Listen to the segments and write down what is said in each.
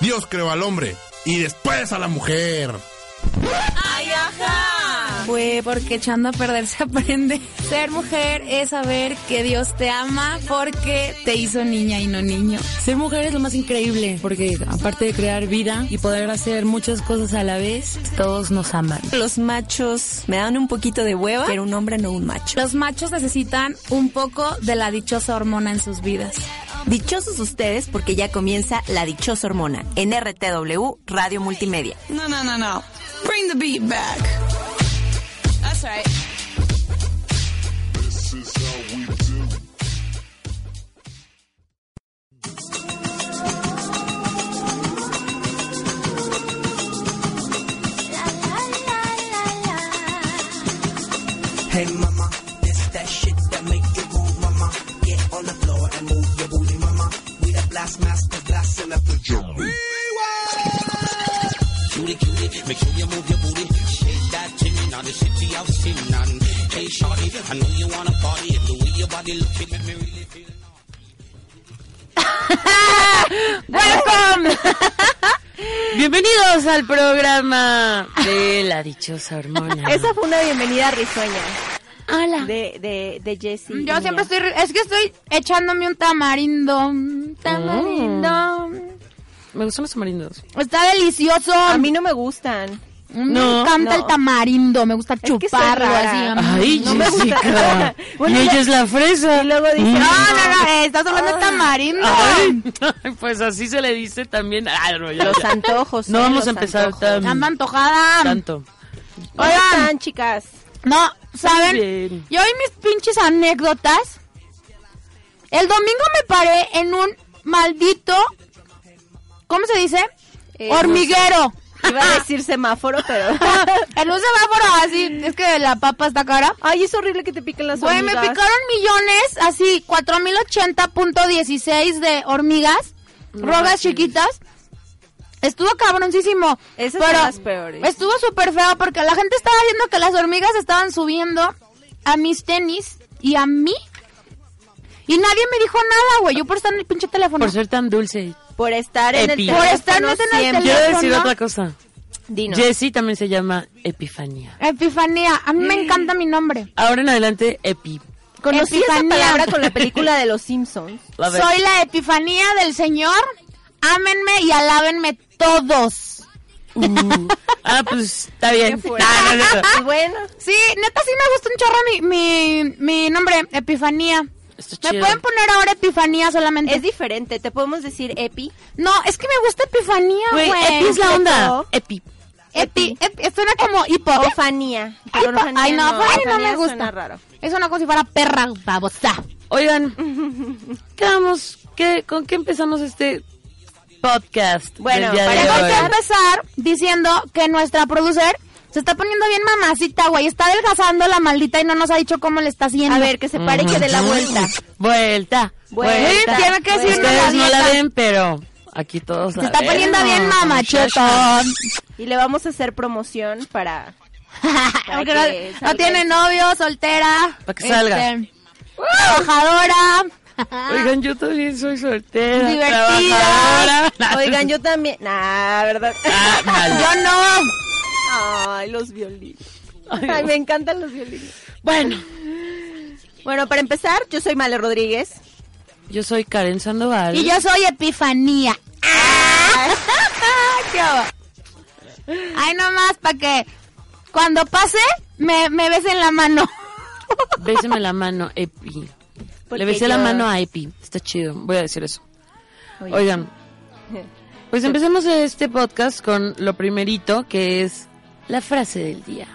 Dios creó al hombre y después a la mujer. ¡Ay, ajá! Fue porque echando a perder se aprende. Ser mujer es saber que Dios te ama porque te hizo niña y no niño. Ser mujer es lo más increíble porque aparte de crear vida y poder hacer muchas cosas a la vez, todos nos aman. Los machos me dan un poquito de hueva, pero un hombre no un macho. Los machos necesitan un poco de la dichosa hormona en sus vidas. Dichosos ustedes porque ya comienza La Dichosa Hormona en RTW Radio Multimedia. No, no, no, no. Bring the beat back. That's right. Hey mama, this that shit that make you move, mama. Get on the floor and move your booty, mama. We the blast master blast in the pajama. Cutie, cutie, make sure you move your booty. Shake that thing, now the city I've seen none. Hey shorty, I know you wanna party. The way your body looking at me really feel. ¡Welcome! Bienvenidos al programa de la dichosa hormona. Esa fue una bienvenida risueña Hola. de, de, de Jessie. Yo siempre estoy, es que estoy echándome un tamarindo, un tamarindo. Me gustan los tamarindos. Está delicioso. A mí no me gustan. me No, encanta no. el tamarindo, me gusta que soy chuparlo rara. así. a mí. Ay, No me gusta. Jessica. Bueno, y ella ya- es la fresa. Y luego dice, No, Mm. no, no, eh, estás hablando de tamarindo. Ay, pues así se le dice también. Ah, no, ya, Los ya. antojos. No eh, vamos los a empezar antojos. tan, Anda antojada. tanto. ¿Cómo están, chicas? No, Bien. ¿saben? Yo y mis pinches anécdotas. El domingo me paré en un maldito. ¿Cómo se dice? Eh, Hormiguero. Iba a decir semáforo, pero... en un semáforo así. Es que la papa está cara. Ay, es horrible que te piquen las Güey, me hormigas. picaron millones, así, 4080.16 de hormigas, rogas chiquitas. Estuvo cabroncísimo. Esas pero son las peores. Estuvo súper feo porque la gente estaba viendo que las hormigas estaban subiendo a mis tenis y a mí. Y nadie me dijo nada, güey. Yo por estar en el pinche teléfono. Por ser tan dulce. Por estar en Epi. el Por estar teléfono neta en el siempre. teléfono. Quiero decir ¿no? otra cosa. Dinos. Jessie también se llama Epifanía. Epifanía. A mí Mm. me encanta mi nombre. Ahora en adelante, Epi. Conocí esa Epifanía. palabra con la película de los Simpsons. La verdad. Soy la epifanía del Señor. Ámenme y alábenme todos. Uh. Ah, pues está bien. fuerte. Ah, no, no, no. Y bueno, Sí, neta sí me gusta un chorro mi, mi, mi nombre, Epifanía. Está ¿Me chido. pueden poner ahora Epifanía solamente? es diferente. Te podemos decir Epi. no, es que me gusta Epifanía, Güey, güey. Epi es la onda. Epo. Epi. Epi, epi, suena como hipo. O Fanía. Pero no, Hipo. Fanía Oh. Ay, no, no, Fanía no Fanía me gusta. suena raro. Es una cosa si fuera perra babosa. Oigan, ¿qué vamos? ¿Qué, ¿Con qué empezamos este podcast? del Bueno, día de para Tengo hoy? que empezar diciendo que nuestra producer se está poniendo bien mamacita, güey. Está adelgazando la maldita y no nos ha dicho cómo le está haciendo. A ver, que se pare y que dé la vuelta. Vuelta. Vuelta. Tiene que decirnos la Ustedes no la dieta. ven, pero aquí todos la se está vemos, poniendo bien mamachetón. Y le vamos a hacer promoción para... Aunque no- que no, salga. tiene novio, soltera. Para que salga. este, trabajadora. Oigan, yo también soy soltera, Divertida. trabajadora. Oigan, yo también... Nah, ¿verdad? Ah, mal. Yo no. Ay, los violines. Ay, Ay, me encantan los violines. Bueno, Bueno, para empezar, yo soy Male Rodríguez. yo soy Karen Sandoval. Y yo soy Epifanía. ¿Qué hago? Ay, nomás para que cuando pase me, me besen la mano. Béseme la mano, Epi. Porque Le besé la yo- mano a Epi. Está chido, voy a decir eso. Oye. Oigan, pues empecemos este podcast con lo primerito, que es la frase del día.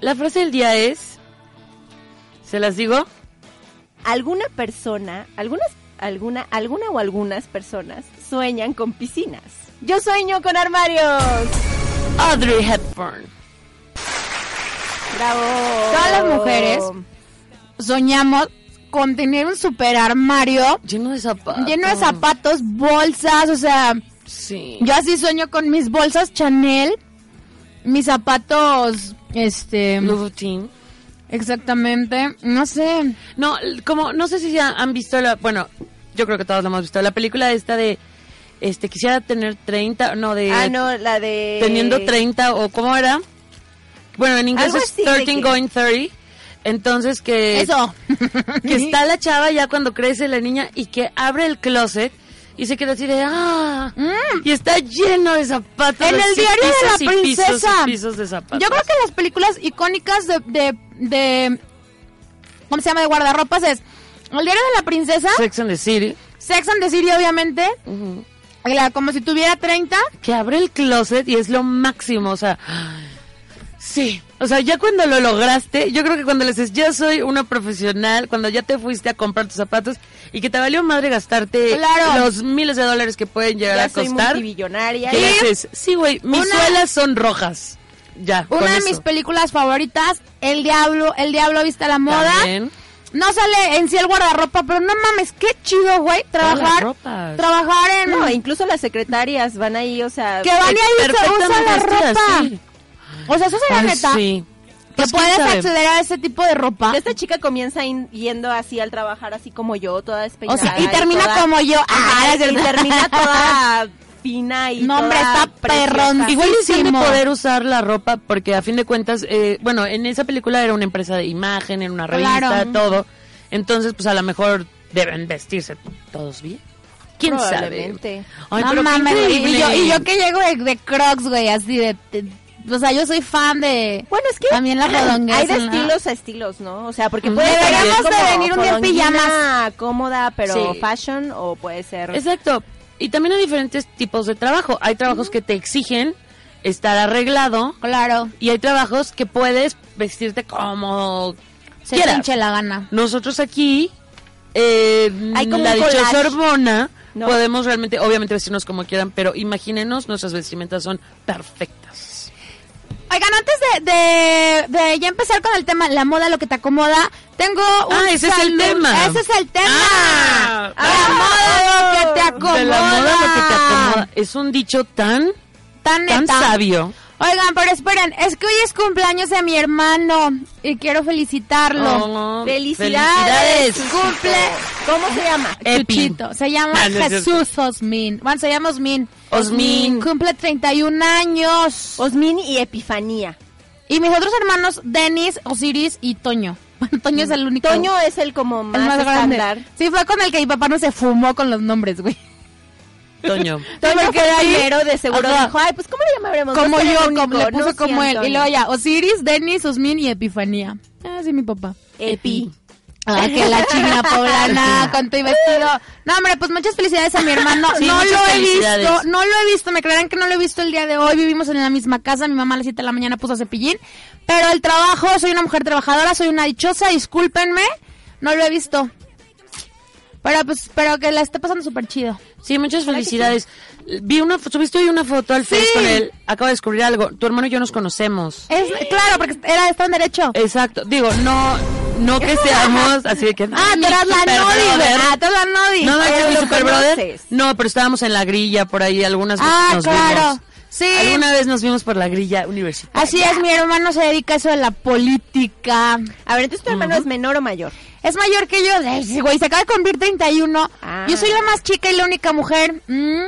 La frase del día es... ¿Se las digo? alguna persona, algunas alguna, alguna o algunas personas sueñan con piscinas. Yo sueño con armarios. Audrey Hepburn. Bravo. Todas las mujeres soñamos con tener un super armario lleno de zapatos. lleno de zapatos, bolsas, o sea, Sí. yo así sueño con mis bolsas Chanel, mis zapatos, este, Louboutin. exactamente, no sé, No, l- como no sé si ya han visto la, bueno, yo creo que todos lo hemos visto, la película esta de este quisiera tener 30, no de Ah, no, la de... Eh, teniendo 30 o cómo era? Bueno, en inglés Algo es así de 13 que- going 30. Entonces que eso. que está la chava ya cuando crece la niña y que abre el closet y se queda así de ah y está lleno de zapatos Mm. En el así, diario de la pisos y pisos y princesa. pisos de zapatos Yo creo que las películas icónicas de, de, de- ¿cómo se llama? De guardarropas es El diario de la princesa, Sex and the City Sex and the City, obviamente, Ujú. la- como si tuviera 30. que abre el closet y es lo máximo o sea sí o sea ya cuando lo lograste yo creo que cuando le dices yo soy una profesional cuando ya te fuiste a comprar tus zapatos y que te valió madre gastarte Claro. los miles de dólares que pueden llegar Ya a soy costar multibillonaria. ¿Qué dices? Sí, güey, mis Una- suelas son rojas. Ya. con Una de eso. mis películas favoritas, El Diablo, El Diablo viste a la moda. También. No sale en sí el guardarropa, pero no mames, qué chido, güey, las trabajar, ropas. trabajar en... No, incluso las secretarias van ahí, o sea... que van y ahí se Perfectamente usa la vestidas, ropa. sí. O sea, eso es la Ay, neta, Sí. que Pues, ¿quién puedes sabe? acceder a ese tipo de ropa. Esta chica comienza in- yendo así al trabajar, así como yo, toda O despeinada. sea, y termina toda- como yo. Ajá, Ah, es y verdad. termina toda fina y No, hombre, toda está preciosa. perrón. Igual es Sí, de mo. poder usar la ropa porque a fin de cuentas, eh, bueno, en esa película era una empresa de imagen, en una revista, Claro. todo. Entonces, pues a lo mejor deben vestirse todos bien. ¿Quién sabe? Probablemente. Ay, No pero qué mames, güey. y yo, y increíble. yo que llego de, de Crocs, güey, así de, de- O sea, yo soy fan de... Bueno, es que También la fodonguez, hay de ¿no? estilos a estilos, ¿no? O sea, porque Mm. puede Deberíamos ser de como venir un día en fodonguina, pijamas. cómoda, pero Sí. fashion o puede ser Exacto. Y también hay diferentes tipos de trabajo. Hay trabajos que te exigen estar arreglado Claro, y hay trabajos que puedes vestirte como se quieras. pinche la gana. Nosotros aquí, eh, Hay como la un collage. dichosa hormona, No. podemos realmente, obviamente vestirnos como quieran, pero imagínenos, nuestras vestimentas son perfectas. Oigan, antes de, de, de ya empezar con el tema, la moda, lo que te acomoda, tengo un Ah, ese es el saludo- tema. Ese es el tema. Ah, la ah. moda, lo que te acomoda. De la moda lo que te acomoda. Es un dicho tan, Tan, tan neta. sabio. Oigan, pero esperen, es que hoy es cumpleaños de mi hermano y quiero felicitarlo. Oh, Felicidades. felicidades. Cumple ¿Cómo se llama? Epi. Chuchito. Se llama Ah, no es cierto. Jesús Osmin. Bueno, se llama Osmin. Osmin. Cumple 31 años. Osmin y Epifanía. y mis otros hermanos, Denis, Osiris y Toño. Bueno, Toño es el único. Toño es el como el más, más grande. estándar. Sí, fue con el que mi papá no se fumó con los nombres, güey. Toño. Toño porque fue el de ahí- primero de seguro Ajá. dijo, ay, pues ¿cómo le llamaremos? Va a Como ser el yo, único, como, le no puso como sé, él. Y Antonio. luego ya, Osiris, Denis, Osmin y Epifanía. Ah, sí, mi papá. Epi. Ay, Ah, que la china poblana con tu vestido. No, hombre, pues muchas felicidades a mi hermano. Sí, no muchas lo he felicidades. visto, no lo he visto. Me creerán que no lo he visto el día de hoy. Vivimos en la misma casa. Mi mamá a las 7 de la mañana puso cepillín. Pero el trabajo, soy una mujer trabajadora, soy una dichosa. Discúlpenme, no lo he visto. Pero pues, pero que la esté pasando súper chido. Sí, muchas felicidades. Vi una, fo- subiste hoy una foto al Face Sí. con él. Acabo de descubrir algo. Tu hermano y yo nos conocemos. Es, claro, porque era, estaba en derecho. Exacto. Digo, no, no que seamos así de que. ah, tú eras la super Nodi, brother. güey. Ah, tú eras la Nodi. No, no, Pero que mi lo super brother. conoces. No, pero estábamos en la grilla por ahí algunas veces. Ah, nos claro. vimos. Sí. Alguna vez nos vimos por la grilla universitaria. Así es, mi hermano se dedica a eso de la política. A ver, entonces tu hermano es menor o mayor. Es mayor que yo. Ay, Güey, se acaba de cumplir 31. Ah. Yo soy la más chica y la única mujer. Mm.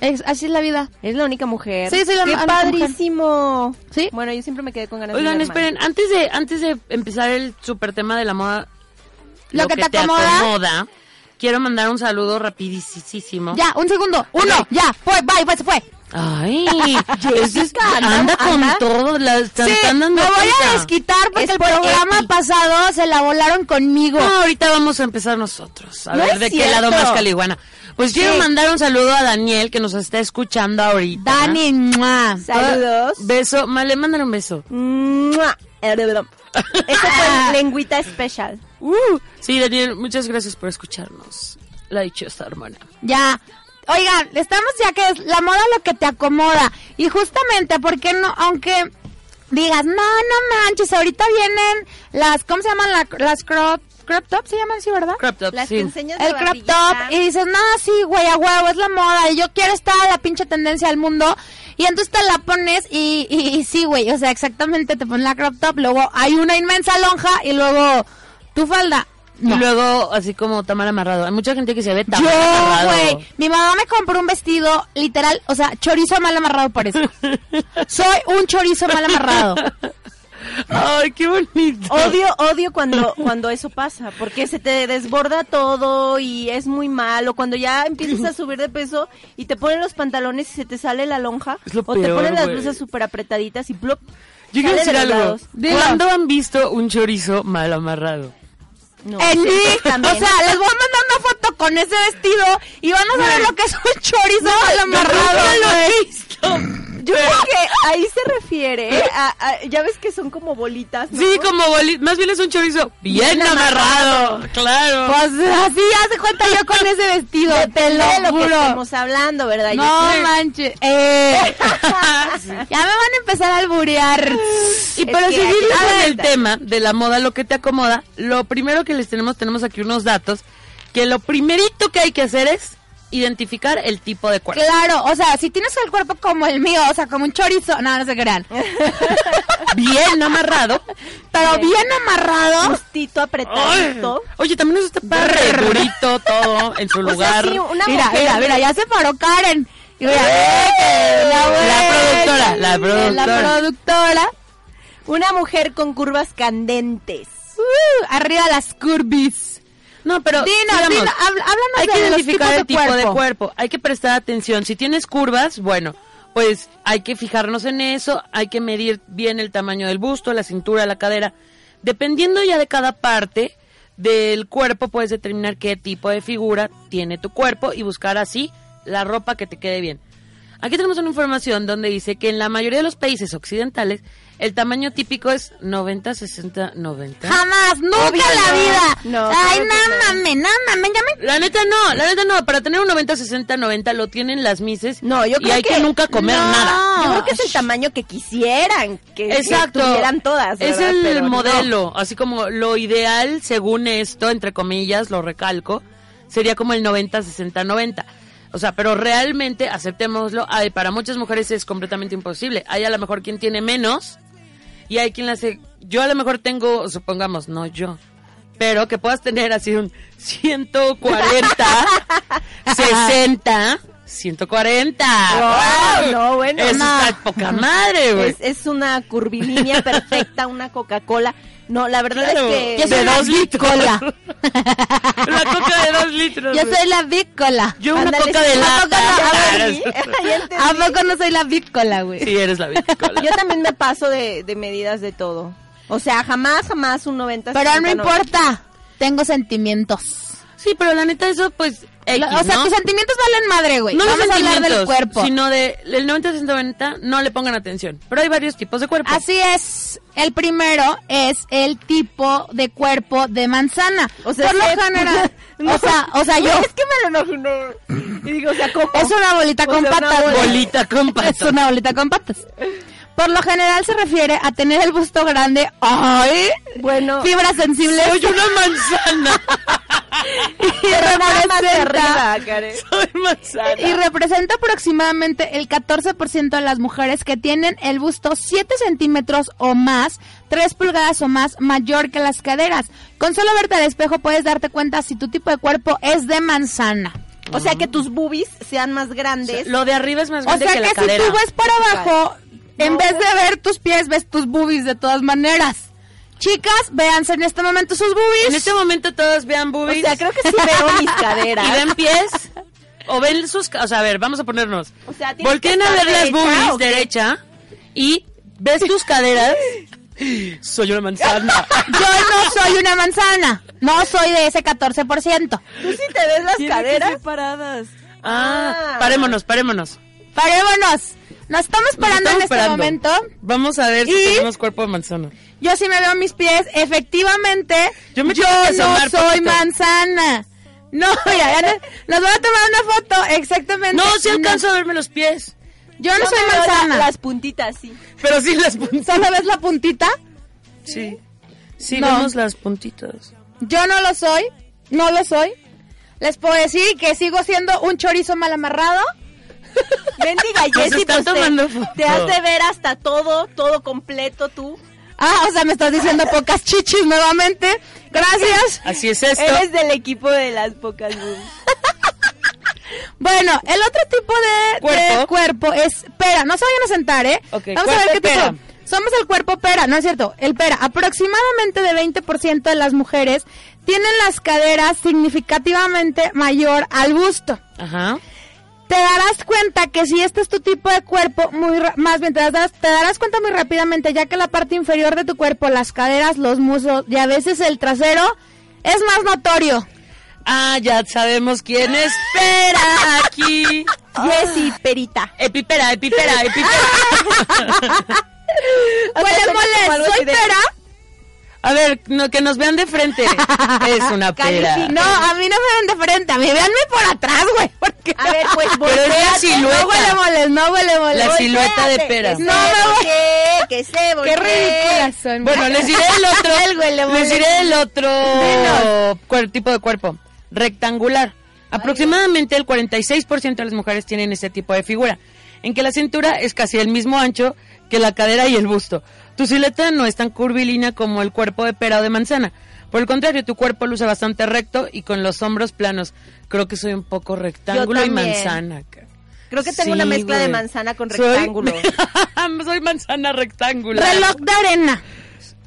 Es- así es la vida. Es la única mujer. Sí, soy la ¡Qué única padrísimo! Sí. Bueno, yo siempre me quedé con ganas de Oigan, un hermano. esperen, antes de, antes de empezar el super tema de la moda. Lo que te acomoda. Quiero mandar un saludo rapidísimo. Ya, un segundo. Uno, Ok. ya. Fue, bye, fue, se fue. Ay, es- es- anda, anda- con anda. todo, la están, sí, están me dando voy a cuenta. desquitar porque Es el por programa Epi. pasado se la volaron conmigo. No, ahorita vamos a empezar nosotros. A No ver es de qué cierto. lado más caliguana. Pues quiero Sí. mandar un saludo a Daniel que nos está escuchando ahorita. Ah, Dani, mua. Saludos. Beso, Male, mándale un beso. ¡Mua! Este fue el lengüita especial. Uh, sí, Daniel, muchas gracias por escucharnos. La dichosa hermana. Ya. Oigan, estamos ya que es la moda lo que te acomoda. Y justamente, porque no? Aunque digas, no, no manches, ahorita vienen las, ¿cómo se llaman? La- las crop, crop top, ¿se llaman así, verdad? Crop top, Las sí. que enseñas de El crop top. barriguita. Y dices, no, sí, güey, a huevo, es la moda. Y yo quiero estar a la pinche tendencia del mundo. Y entonces te la pones y, y, y sí, güey, o sea, exactamente, te pones la crop top, luego hay una inmensa lonja y luego tu falda. No. Y luego, así como Tamara amarrado. Hay mucha gente que se ve Tamara Yo, amarrado. güey, mi mamá me compró un vestido literal, o sea, chorizo mal amarrado por eso. Soy un chorizo mal amarrado. Ay, qué bonito. Odio, odio cuando, cuando eso pasa, porque se te desborda todo y es muy malo. Cuando ya empiezas a subir de peso y te ponen los pantalones y se te sale la lonja, Es lo o te peor, ponen las güey. blusas súper apretaditas y plop. Yo quiero sale de decir los algo. lados. ¿Cuándo han visto un chorizo mal amarrado? No, En mí, también. o sea, les voy a mandar una foto con ese vestido y van a saber lo que es un chorizo mal amarrado. Yo creo que ahí se refiere ¿eh? a, a- ya ves que son como bolitas. ¿no? Sí, como boli... Más bien es un chorizo bien, amarrado. Claro. Pues así hace cuenta yo con ese vestido, te Depende lo de lo que juro. estamos hablando, ¿verdad? No Yo- manches. Eh, ya me van a empezar a alburear. Y Es para que seguir hay que con el aguantar. tema de la moda, lo que te acomoda, lo primero que les tenemos, tenemos aquí unos datos, que lo primerito que hay que hacer es identificar el tipo de cuerpo. Claro, o sea, si tienes el cuerpo como el mío, o sea, como un chorizo, no, no se crean. Bien amarrado. Pero bien amarrado. Justito Ay. apretadito. Oye, también nos está padre, durito, todo en su sea, lugar. sí, una Mira, mujer- mira, mira, ya se paró Karen. Y mira, la, productora, la La productora. productora. Una mujer con curvas candentes. Uh, arriba las curvis. No, pero Dino, digamos, Dino, habl- háblanos hay de que los identificar tipos el tipo de cuerpo. cuerpo, hay que prestar atención. Si tienes curvas, bueno, pues hay que fijarnos en eso, hay que medir bien el tamaño del busto, la cintura, la cadera. Dependiendo ya de cada parte del cuerpo, puedes determinar qué tipo de figura tiene tu cuerpo y buscar así la ropa que te quede bien. Aquí tenemos una información donde dice que en la mayoría de los países occidentales el tamaño típico es 90, 60, 90. Jamás, nunca Obvio, en la no. vida. No, Ay, claro que no no. mames, no mames, ya me... La neta no, la neta no. Para tener un 90, 60, 90 lo tienen las mises. No, yo creo Y hay que, nunca comer No, nada. Yo creo que es el tamaño que quisieran que, que Exacto. tuvieran todas. es ¿verdad? el Pero no. modelo. Así como lo ideal, según esto, entre comillas, lo recalco, sería como el 90, 60, 90. O sea, pero realmente, aceptémoslo, hay- para muchas mujeres es completamente imposible. Hay a lo mejor quien tiene menos y hay quien la hace. Yo a lo mejor tengo, supongamos, no yo, pero que puedas tener así un 140, 60, 140. Wow, no, bueno, Eso no. está poca madre, güey. Es, es una curvilínea perfecta, una Coca-Cola. No, la verdad Claro. es que... Yo soy De la dos Big litros. Cola. La coca de dos litros. Yo güey. soy la vícola. Yo una Ándale, coca sí, de una lata. coca de Claro, lata, sí. Ya entendí. ¿A poco no soy la vícola, güey? Sí, eres la Big Cola. Yo también me paso de, de medidas de todo. O sea, jamás, jamás un 90. Pero no 60, importa, tengo sentimientos. Sí, pero la neta eso pues X, Lo- o sea, ¿no? tus sentimientos valen madre, güey. no los Vamos a hablar del sentimientos, cuerpo. sino de el 90 90 no le pongan atención, pero hay varios tipos de cuerpo. Así es. El primero es el tipo de cuerpo de manzana. O sea, por lo sé- general. O sea, o sea, yo. Es que me lo imagino. Y digo, o sea, ¿cómo? Es una bolita O con sea, una patas. güey. Bolita con patas. Es una bolita con patas. Por lo general se refiere a tener el busto grande. ¡Ay! Bueno. Fibras sensibles. Soy una manzana. y Más de representa, arriba, Karen. Soy manzana. y representa aproximadamente el 14% de las mujeres que tienen el busto 7 centímetros o más, 3 pulgadas o más, mayor que las caderas. Con solo verte al espejo puedes darte cuenta si tu tipo de cuerpo es de manzana. O sea, Mm. que tus boobies sean más grandes. Lo de arriba es más O grande sea que que, la si cadera. tú ves para abajo, en vez de ver tus pies, ves tus boobies de todas maneras. Chicas, véanse en este momento sus boobies. En este momento todos vean O boobies. sea, creo que sí veo mis caderas. y ven pies o ven sus, ca- o sea, a ver, vamos a ponernos. O sea, tienes Volteen que a ver estar las derecha, boobies ¿o qué? derecha y ves tus caderas. Soy una manzana. Yo no soy una manzana. No soy de ese 14%. ¿Tú sí te ves las caderas? paradas. Ah, Ah. parémonos, parémonos. Parémonos. Nos estamos parando en este parando. momento. Vamos a ver si Y- tenemos cuerpo de manzana. Yo sí me veo mis pies. Efectivamente, yo, tengo que no asomar, soy poquito. manzana. No, mira, ya no- nos van a tomar una foto, exactamente. No, sí alcanzo a verme los pies. Yo no, Yo soy me veo manzana. la- las puntitas, sí. Pero sí las puntitas. ¿Solo ves la puntita? Sí. Sí, No. vemos las puntitas. Yo no lo soy, no lo soy. Les puedo decir que sigo siendo un chorizo mal amarrado. Bendiga, Nos Jessy, están pues tomando te, foto. te has de ver hasta todo, todo completo tú. Ah, o sea, me estás diciendo pocas chichis nuevamente. Gracias. Así es esto. Eres del equipo de las pocas boobs. Bueno, el otro tipo de de Cuerpo. cuerpo, es pera. No se vayan a sentar, ¿eh? Ok, Vamos a cuerpo ver qué pera. tipo. Somos el cuerpo pera, no es cierto, el pera. Aproximadamente de 20% de las mujeres tienen las caderas significativamente mayor al busto. Ajá. te darás cuenta que si este es tu tipo de cuerpo, muy ra- más bien te, das- te darás cuenta muy rápidamente, ya que la parte inferior de tu cuerpo, las caderas, los muslos y a veces el trasero es más notorio. Ah, ya sabemos quién espera aquí. Jessy, perita. Epipera, epipera, epipera. Huele algo Pues, mole, así soy de- pera. A ver, no, que nos vean de frente. Es una pera. No, a mí no me ven de frente, a mí véanme por atrás, güey. Porque... A ver, pues Pero es la volteate. silueta. No huele moles, no huele moles. La Voy- silueta de pera. No, No, me voy- que se Qué voltee. ridículas son. Bueno, les diré el El huele otro. mole. les diré el otro Dinos. cuer- tipo de cuerpo. Rectangular. Aproximadamente el 46% de las mujeres tienen este tipo de figura, en que la cintura es casi el mismo ancho que la cadera y el busto. Tu silueta no es tan curvilínea como el cuerpo de pera o de manzana. Por el contrario, tu cuerpo luce bastante recto y con los hombros planos. Creo que soy un poco rectángulo y también. manzana. ca- Creo que tengo una mezcla de manzana con Soy- rectángulo. Soy manzana rectangular. Reloj de arena.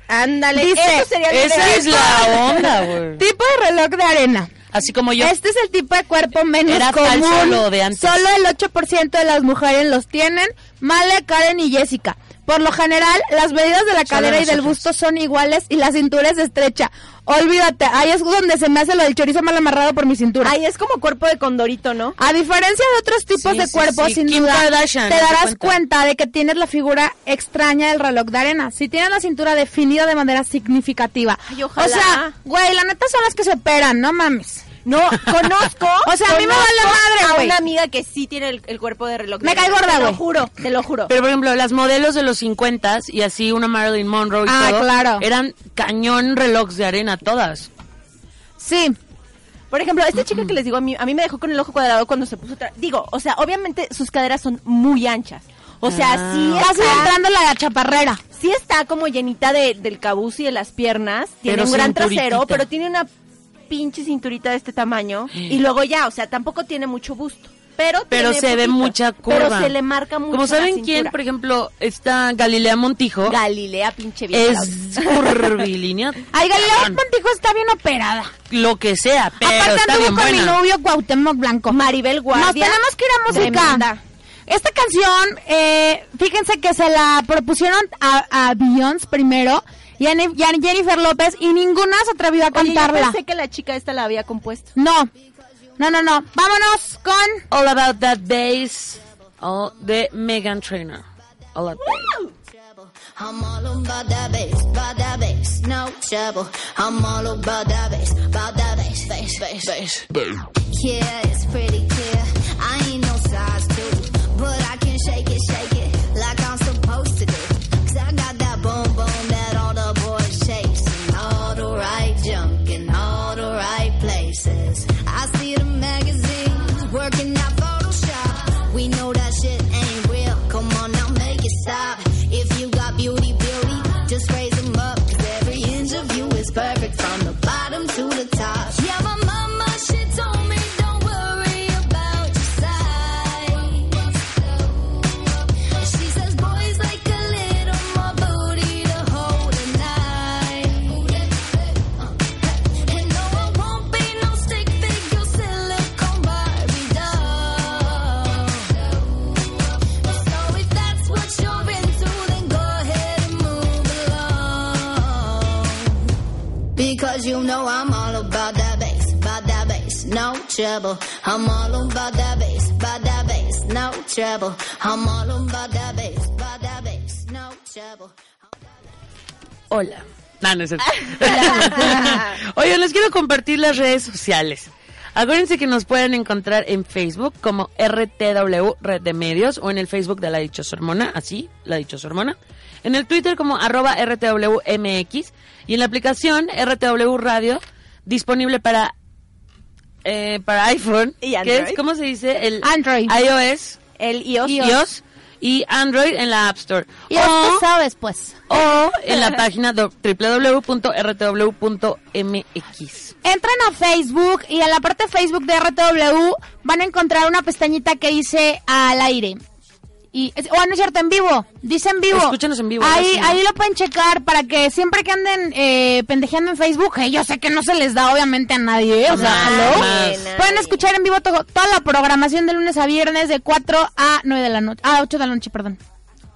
Ándale, Dice, eso sería lo Esa ideal. es la onda, güey. Tipo de reloj de arena. Así como yo. Este es el tipo de cuerpo menos Era común. falso lo de antes. Solo el 8% de las mujeres los tienen. Male, Karen y Jessica. Por lo general, las medidas de la cadera y del nosotros. busto son iguales y la cintura es estrecha. Olvídate, ahí es donde se me hace lo del chorizo mal amarrado por mi cintura. Ay, es como cuerpo de condorito, ¿no? A diferencia de otros tipos Sí, de sí, cuerpos, sí. sin Kim duda, Kardashian, te haz de darás cuenta. cuenta. de que tienes la figura extraña del reloj de arena. Si tienes la cintura definida de manera significativa. Ay, ojalá. O sea, güey, la neta son las que se operan, no mames. No, conozco. O sea, a mí me conozco vale madre, a güey. una amiga que sí tiene el, el cuerpo de reloj. Me de cae arena. gorda, Te güey. lo juro, te lo juro. Pero, por ejemplo, las modelos de los 50 y así una Marilyn Monroe y Ah, todo, claro. eran cañón relojes de arena todas. Sí. Por ejemplo, esta chica que les digo a mí, a mí me dejó con el ojo cuadrado cuando se puso tra- Digo, o sea, obviamente sus caderas son muy anchas. O sea, Ah. sí Casi está, entrando la chaparrera. sí está como llenita de, del cabuz y de las piernas. Tiene Pero un gran trasero, cinturitita. pero tiene una pinche cinturita de este tamaño. Y luego ya, o sea, tampoco tiene mucho busto. Pero, Pero tiene se ve poquito. mucha curva. Pero se le marca mucho. Como la saben quién, cintura. por ejemplo, está Galilea Montijo. Galilea, pinche vieja. es curvilínea. Ay, Galilea Montijo está bien operada. Lo que sea, pero Aparte está anduvo bien con buena. mi novio Cuauhtémoc Blanco. Maribel Guardia. Nos tenemos que ir a música. Tremenda. Esta canción, eh, fíjense que se la propusieron a, a Beyoncé primero y a, Ne- y a Jennifer López y ninguna se atrevió a Oye, yo cantarla. pensé que la chica esta la había compuesto. No, no, no, no. Vámonos con... All About That Bass oh, de Megan Trainor. All About That. I'm all about that bass, about that bass, no trouble. I'm all about that bass, about that bass, bass, bass, bass. Yeah, it's pretty clear. I ain't no size two, but I can shake it, shake it like I'm supposed to do. Cause I got that boom boom that all the boys chase, and all the right junk in all the right places. I see the magazines working out Photoshop. We know that shit ain't real. Come on now, make it stop. If you got beauty, beauty, just raise them up. 'Cause every inch of you is perfect from the bottom to the top. Yeah, my mama, she told me don't worry about your size. She says boys like a little more booty to hold at night. And no, I won't be no stick figure silicone Barbie doll. So if that's what you're into, then go ahead and move along. Because you know I'm all about that bass, about that bass, no trouble. I'm all about that bass, about that bass, no trouble. I'm all on by that bass, by that bass, no trouble. Hola. No, no es cierto. Oye, les quiero compartir las redes sociales. Acuérdense que nos pueden encontrar en Facebook como RTW Red de Medios o en el Facebook de La Dichosa Hormona, así, La Dichosa Hormona. En el Twitter como arroba RTWMX y en la aplicación RTW Radio disponible para, eh, para iPhone. ¿Y que Android? es, ¿Cómo se dice? El Android. iOS. El iOS. iOS y Android en la App Store. Y O- tú sabes, pues. o en la página do- www.rtw.mx. Entran a Facebook y en la parte de Facebook de RTW van a encontrar una pestañita que dice al aire. Y, es- oh, no es cierto, en vivo. Dice en vivo. Escúchenos en vivo, Ahí, ahora sí. ahí lo pueden checar para que siempre que anden eh, pendejeando en Facebook, eh, yo sé que no se les da obviamente a nadie, eh, o sea, Nadie, ¿aló? nadie. Pueden escuchar en vivo to- toda la programación de lunes a viernes de 4 a 9 de la noche. Ah, 8 de la noche, perdón.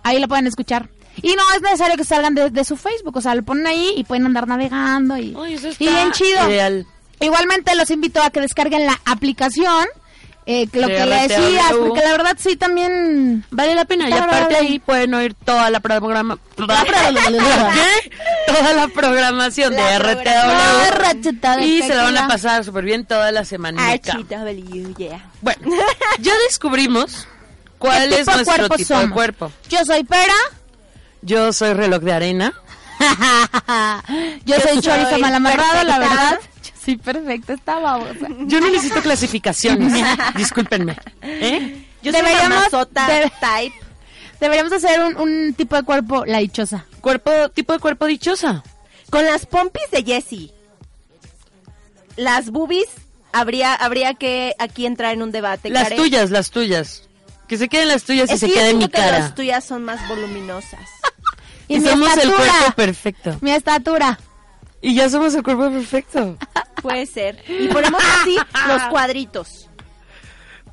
Ahí lo pueden escuchar. Y no es necesario que salgan de, de su Facebook, o sea, lo ponen ahí y pueden andar navegando y, y bien chido. Ideal. Igualmente los invito a que descarguen la aplicación, eh, que lo De que le RTW. decías, porque la verdad sí también Vale la pena. Y Claro, aparte vale. ahí pueden oír toda la programa... ¿Qué? Toda la programación de RTW. Y se la van a pasar súper bien toda la Ah, semana. HW, Ah, yeah. Bueno, ya descubrimos cuál ¿Qué es tipo de nuestro cuerpo tipo de somos? cuerpo. Yo soy pera. Yo soy reloj de arena. Yo soy chorizo mal amarrado, la perfecta. verdad. Yo soy perfecta, está babosa. Yo no necesito clasificaciones. Discúlpenme. ¿Eh? Yo soy Deberíamos- mamazota debe- type. Deberíamos hacer un, un tipo de cuerpo la dichosa. Cuerpo, tipo de cuerpo dichosa. Con las pompis de Jessie. Las boobies habría habría que aquí entrar en un debate. Las Karen. tuyas, las tuyas. Que se queden las tuyas y Es se que yo quede en mi siento que cara. Las tuyas son más voluminosas. Y, somos el cuerpo perfecto. Mi estatura. Y ya somos el cuerpo perfecto. Puede ser. Y ponemos así los cuadritos.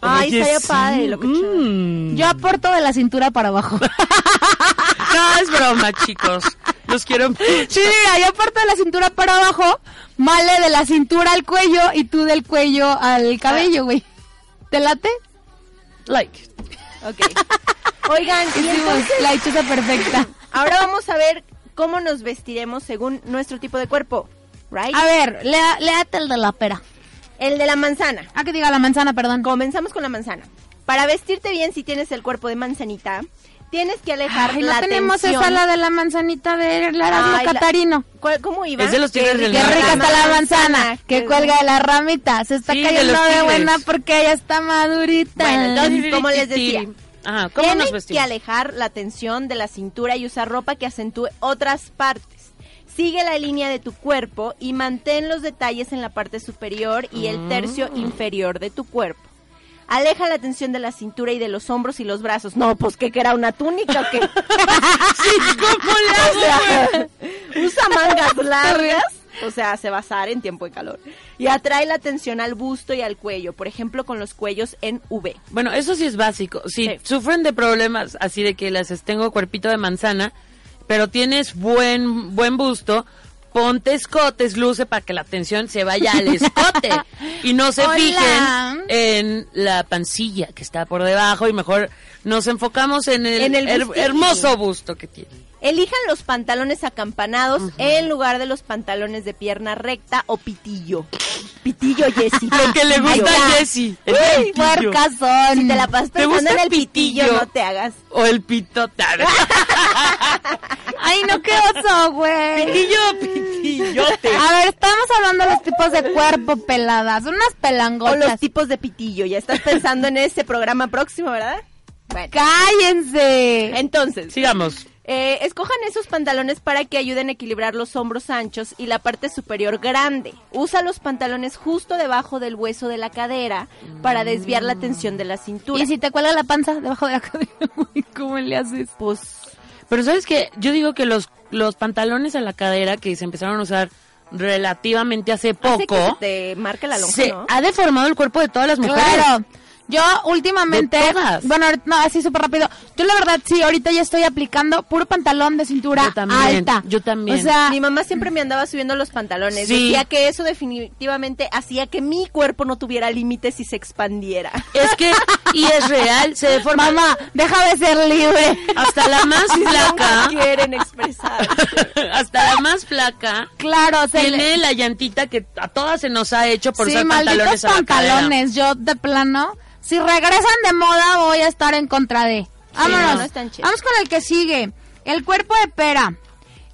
Ay, Oye, estaría sí. padre lo que Mm. Yo aporto de la cintura para abajo. No, es broma, chicos. Los quiero. Sí, mira, yo aporto de la cintura para abajo, male de la cintura al cuello y tú del cuello al cabello, güey. ¿Te late? Like. Ok. Oigan, y Hicimos entonces, pues, la dichosa perfecta. ahora vamos a ver cómo nos vestiremos según nuestro tipo de cuerpo. Right? A ver, lea- léate el de la pera. El de la manzana. Ah, que diga la manzana, perdón. Comenzamos con la manzana. Para vestirte bien si tienes el cuerpo de manzanita, tienes que alejar Ay, no la tenemos tensión. esa, la de la manzanita de Erasmo Ay, la- Catarino. ¿Cuál- ¿Cómo iba? Es de los tigres del Qué norte. rica está la manzana, que Qué cuelga de la ramita. Se está Sí, de cayendo los de, tigres. buena porque ella está madurita. Bueno, entonces, como les decía, Ajá, ¿cómo nos Tienes que vestimos? alejar la tensión de la cintura y usar ropa que acentúe otras partes. Sigue la línea de tu cuerpo y mantén los detalles en la parte superior y Mm. el tercio inferior de tu cuerpo. Aleja la tensión de la cintura y de los hombros y los brazos. No, pues que que era una túnica o qué. ¿Cómo le hago, O sea, güey? usa mangas largas, o sea, se basar en tiempo de calor. Y atrae la atención al busto y al cuello, por ejemplo, con los cuellos en V. Bueno, eso sí es básico. Si Sí. sufren de problemas así de que les tengo cuerpito de manzana, pero tienes buen buen busto, ponte escotes, luce para que la atención se vaya al escote y no se Hola. fijen en la pancilla que está por debajo y mejor nos enfocamos en el, En el her- bustillo. hermoso busto que tiene. Elijan los pantalones acampanados en lugar de los pantalones de pierna recta o pitillo. Pitillo, Jessy. Lo que le gusta a Jessie, el Ah, Uy, pitillo. puercazón. Si te la pasas ¿Te gusta pensando en el el pitillo, pitillo? no te hagas. O el pitota. Ay, no, qué oso, güey. pitillo, pitillote. Ah. A ver, estamos hablando de los tipos de cuerpo peladas, unas O los pelangotas. tipos de pitillo. Ya estás pensando en ese programa próximo, ¿verdad? Bueno. ¡Cállense! Entonces, Sigamos. eh, escojan esos pantalones para que ayuden a equilibrar los hombros anchos y la parte superior grande. Usa los pantalones justo debajo del hueso de la cadera para desviar la tensión de la cintura. Y si te cuelga la panza debajo de la cadera, güey, ¿cómo le haces? Pues Pero sabes que yo digo que los, los pantalones a la cadera que se empezaron a usar relativamente hace hace poco que se te marca la lonja, se ¿no? ha deformado el cuerpo de todas las mujeres. Claro. Yo últimamente, bueno, ahorita- no, así súper rápido. Yo la verdad sí, ahorita ya estoy aplicando puro pantalón de cintura alta. Yo también. O sea, mi mamá siempre me andaba subiendo los pantalones. Sí. Decía que eso definitivamente hacía que mi cuerpo no tuviera límites y se expandiera. Es que, y es real, se deforma. Mamá, deja de ser libre. Hasta la más flaca. quieren expresar. Hasta la más flaca. Claro, se Tiene le- la llantita que a todas se nos ha hecho por sí, usar malditos pantalones a la cadera. pantalones, yo de plano. Si regresan de moda, voy a estar en contra de. Vámonos. no, no están chidos. Vamos con el que sigue. El cuerpo de pera.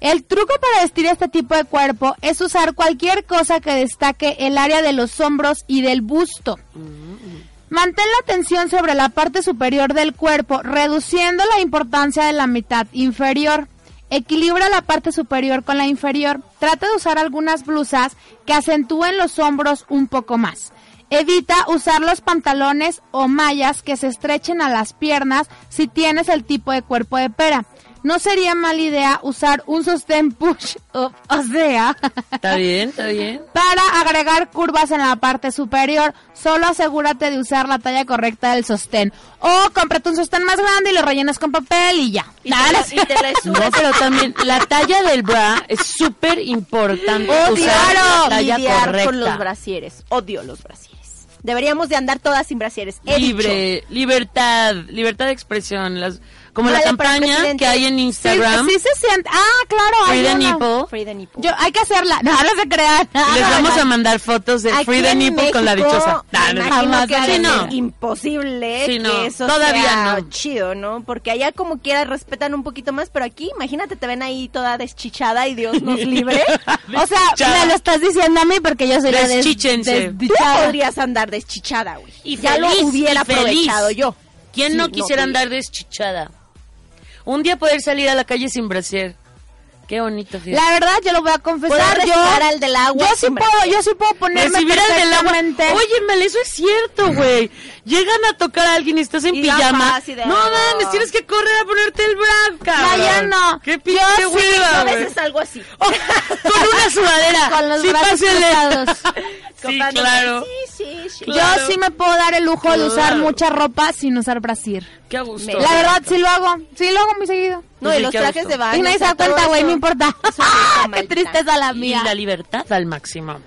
El truco para vestir este tipo de cuerpo es usar cualquier cosa que destaque el área de los hombros y del busto. Mantén la tensión sobre la parte superior del cuerpo, reduciendo la importancia de la mitad inferior. Equilibra la parte superior con la inferior. Trata de usar algunas blusas que acentúen los hombros un poco más. Evita usar los pantalones o mallas que se estrechen a las piernas si tienes el tipo de cuerpo de pera. No sería mala idea usar un sostén push up, o sea, Está bien, está bien. para agregar curvas en la parte superior, solo asegúrate de usar la talla correcta del sostén. O cómprate un sostén más grande y lo rellenas con papel y ya. Y te la- y te la No, pero también la talla del bra es súper importante. Odiar usar la talla Oh, lidiar correcta. con los brasieres. Odio los brasieres. Deberíamos de andar todas sin brasieres. He dicho. Libre, libertad, libertad de expresión. Las, como la Vale, para campaña presidente. que hay en Instagram. Sí, sí se siente. Ah, claro. hay Free the una. nipple. Free the nipple. Yo, hay que hacerla. No, no se crean. Les vamos a mandar fotos de Aquí Free the en Nipple con la México, dichosa. me Nah, no es- imagino jamás que haré debe eso. ser imposible Sí, no. que eso Todavía sea no. chido, ¿no? Porque allá como quiera respetan un poquito más, pero aquí, imagínate, te ven ahí toda deschichada y Dios nos libre. O sea, Desdichada. me lo estás diciendo a mí porque yo soy la des- Deschíchense. Tú desdichada. podrías andar deschichada, güey. Y ya feliz, lo hubiera y feliz. aprovechado yo. ¿Quién Sí, no quisiera güey. andar deschichada? Un día poder salir a la calle sin brasier. Qué bonito, fíjate. La verdad, yo lo voy a confesar. Puedo Yo, respirar al del agua yo sí sin puedo, yo sí puedo ponerme Recibir el del agua. perfectamente- Oye, Mel, eso es cierto, güey. Llegan a tocar a alguien y estás en Y la pijama. fácil de- No mames, tienes que correr a ponerte el bra, cabrón. No, yo no. Qué Yo pinche sí, hueva, A güey. veces algo así. Oh, con una sudadera. Con los sí, brazos pásenle. cruzados. sí, Copándome. claro. Sí, sí, sí. Claro. Yo sí me puedo dar el lujo de usar Claro. mucha ropa sin usar brasier. Qué a gusto. La La verdad, sí lo hago. Sí lo hago muy seguido. No, Sí, y los qué trajes gusto. de baño. y nadie o se sea, da cuenta, todo güey, eso- no importa. eso es ¡Ah, ¡Qué maldita. tristeza la y mía! la libertad al máximo.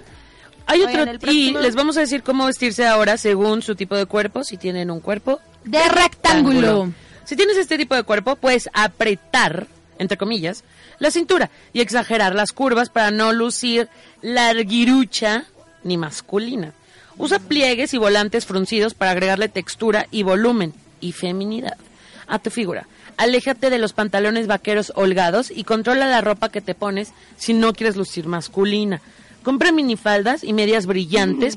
Hay Oigan, otro el y próximo- les vamos a decir cómo vestirse ahora según su tipo de cuerpo, si tienen un cuerpo De rectángulo. Si tienes este tipo de cuerpo, puedes apretar, entre comillas, la cintura y exagerar las curvas para no lucir larguirucha ni masculina. Usa pliegues y volantes fruncidos para agregarle textura y volumen y feminidad a tu figura. Aléjate de los pantalones vaqueros holgados y controla la ropa que te pones si no quieres lucir masculina. Compra minifaldas y medias brillantes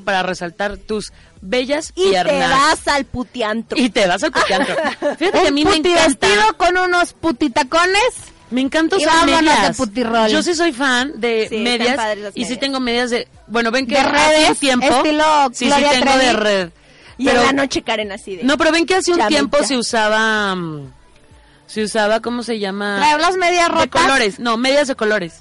para resaltar tus bellas Y te piernas. vas al puteantro. Y te vas al puteantro. Fíjate que a Un mí me encanta. vestido con unos putitacones. Me encanta Y usar vámonos de medias. putirrol. Yo sí soy fan de Sí, están medias. padres las Y sí medias. tengo medias de. Bueno, ven que De hace un redes, tiempo. estilo sí, sí Gloria tengo Trevi. de red. Y en la noche Karen así de... No, pero ven que hace un Chamita. tiempo se usaba. mm, Se usaba, ¿cómo se Ah. llama? Traer las medias rotas. De colores. No, medias de colores.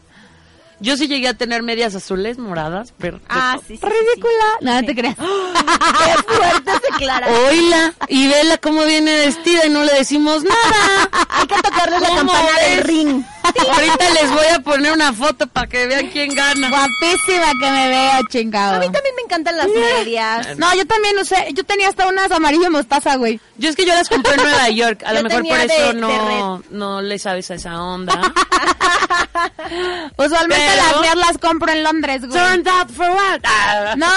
Yo sí llegué a tener medias azules, moradas, pero. Ah, sí, sí, sí, Ridícula. No, no te creas. sí. Qué fuertes Oh, declaraciones. Oíla y vela cómo viene vestida y no le decimos nada. Hay que tocarle la ¿Cómo campana del ves? ring. Ahorita les voy a poner una foto para que vean quién gana. Guapísima que me veo, chingado. A mí también me encantan las medias. No, yo también usé. Yo tenía hasta unas amarillo mostaza, güey. Yo es que yo las compré en Nueva York. A Yo lo mejor por tenía de- eso de no, no le sabes a esa onda. Usualmente Pero- las mías las compro en Londres, güey. Turned out for what? Ah. No,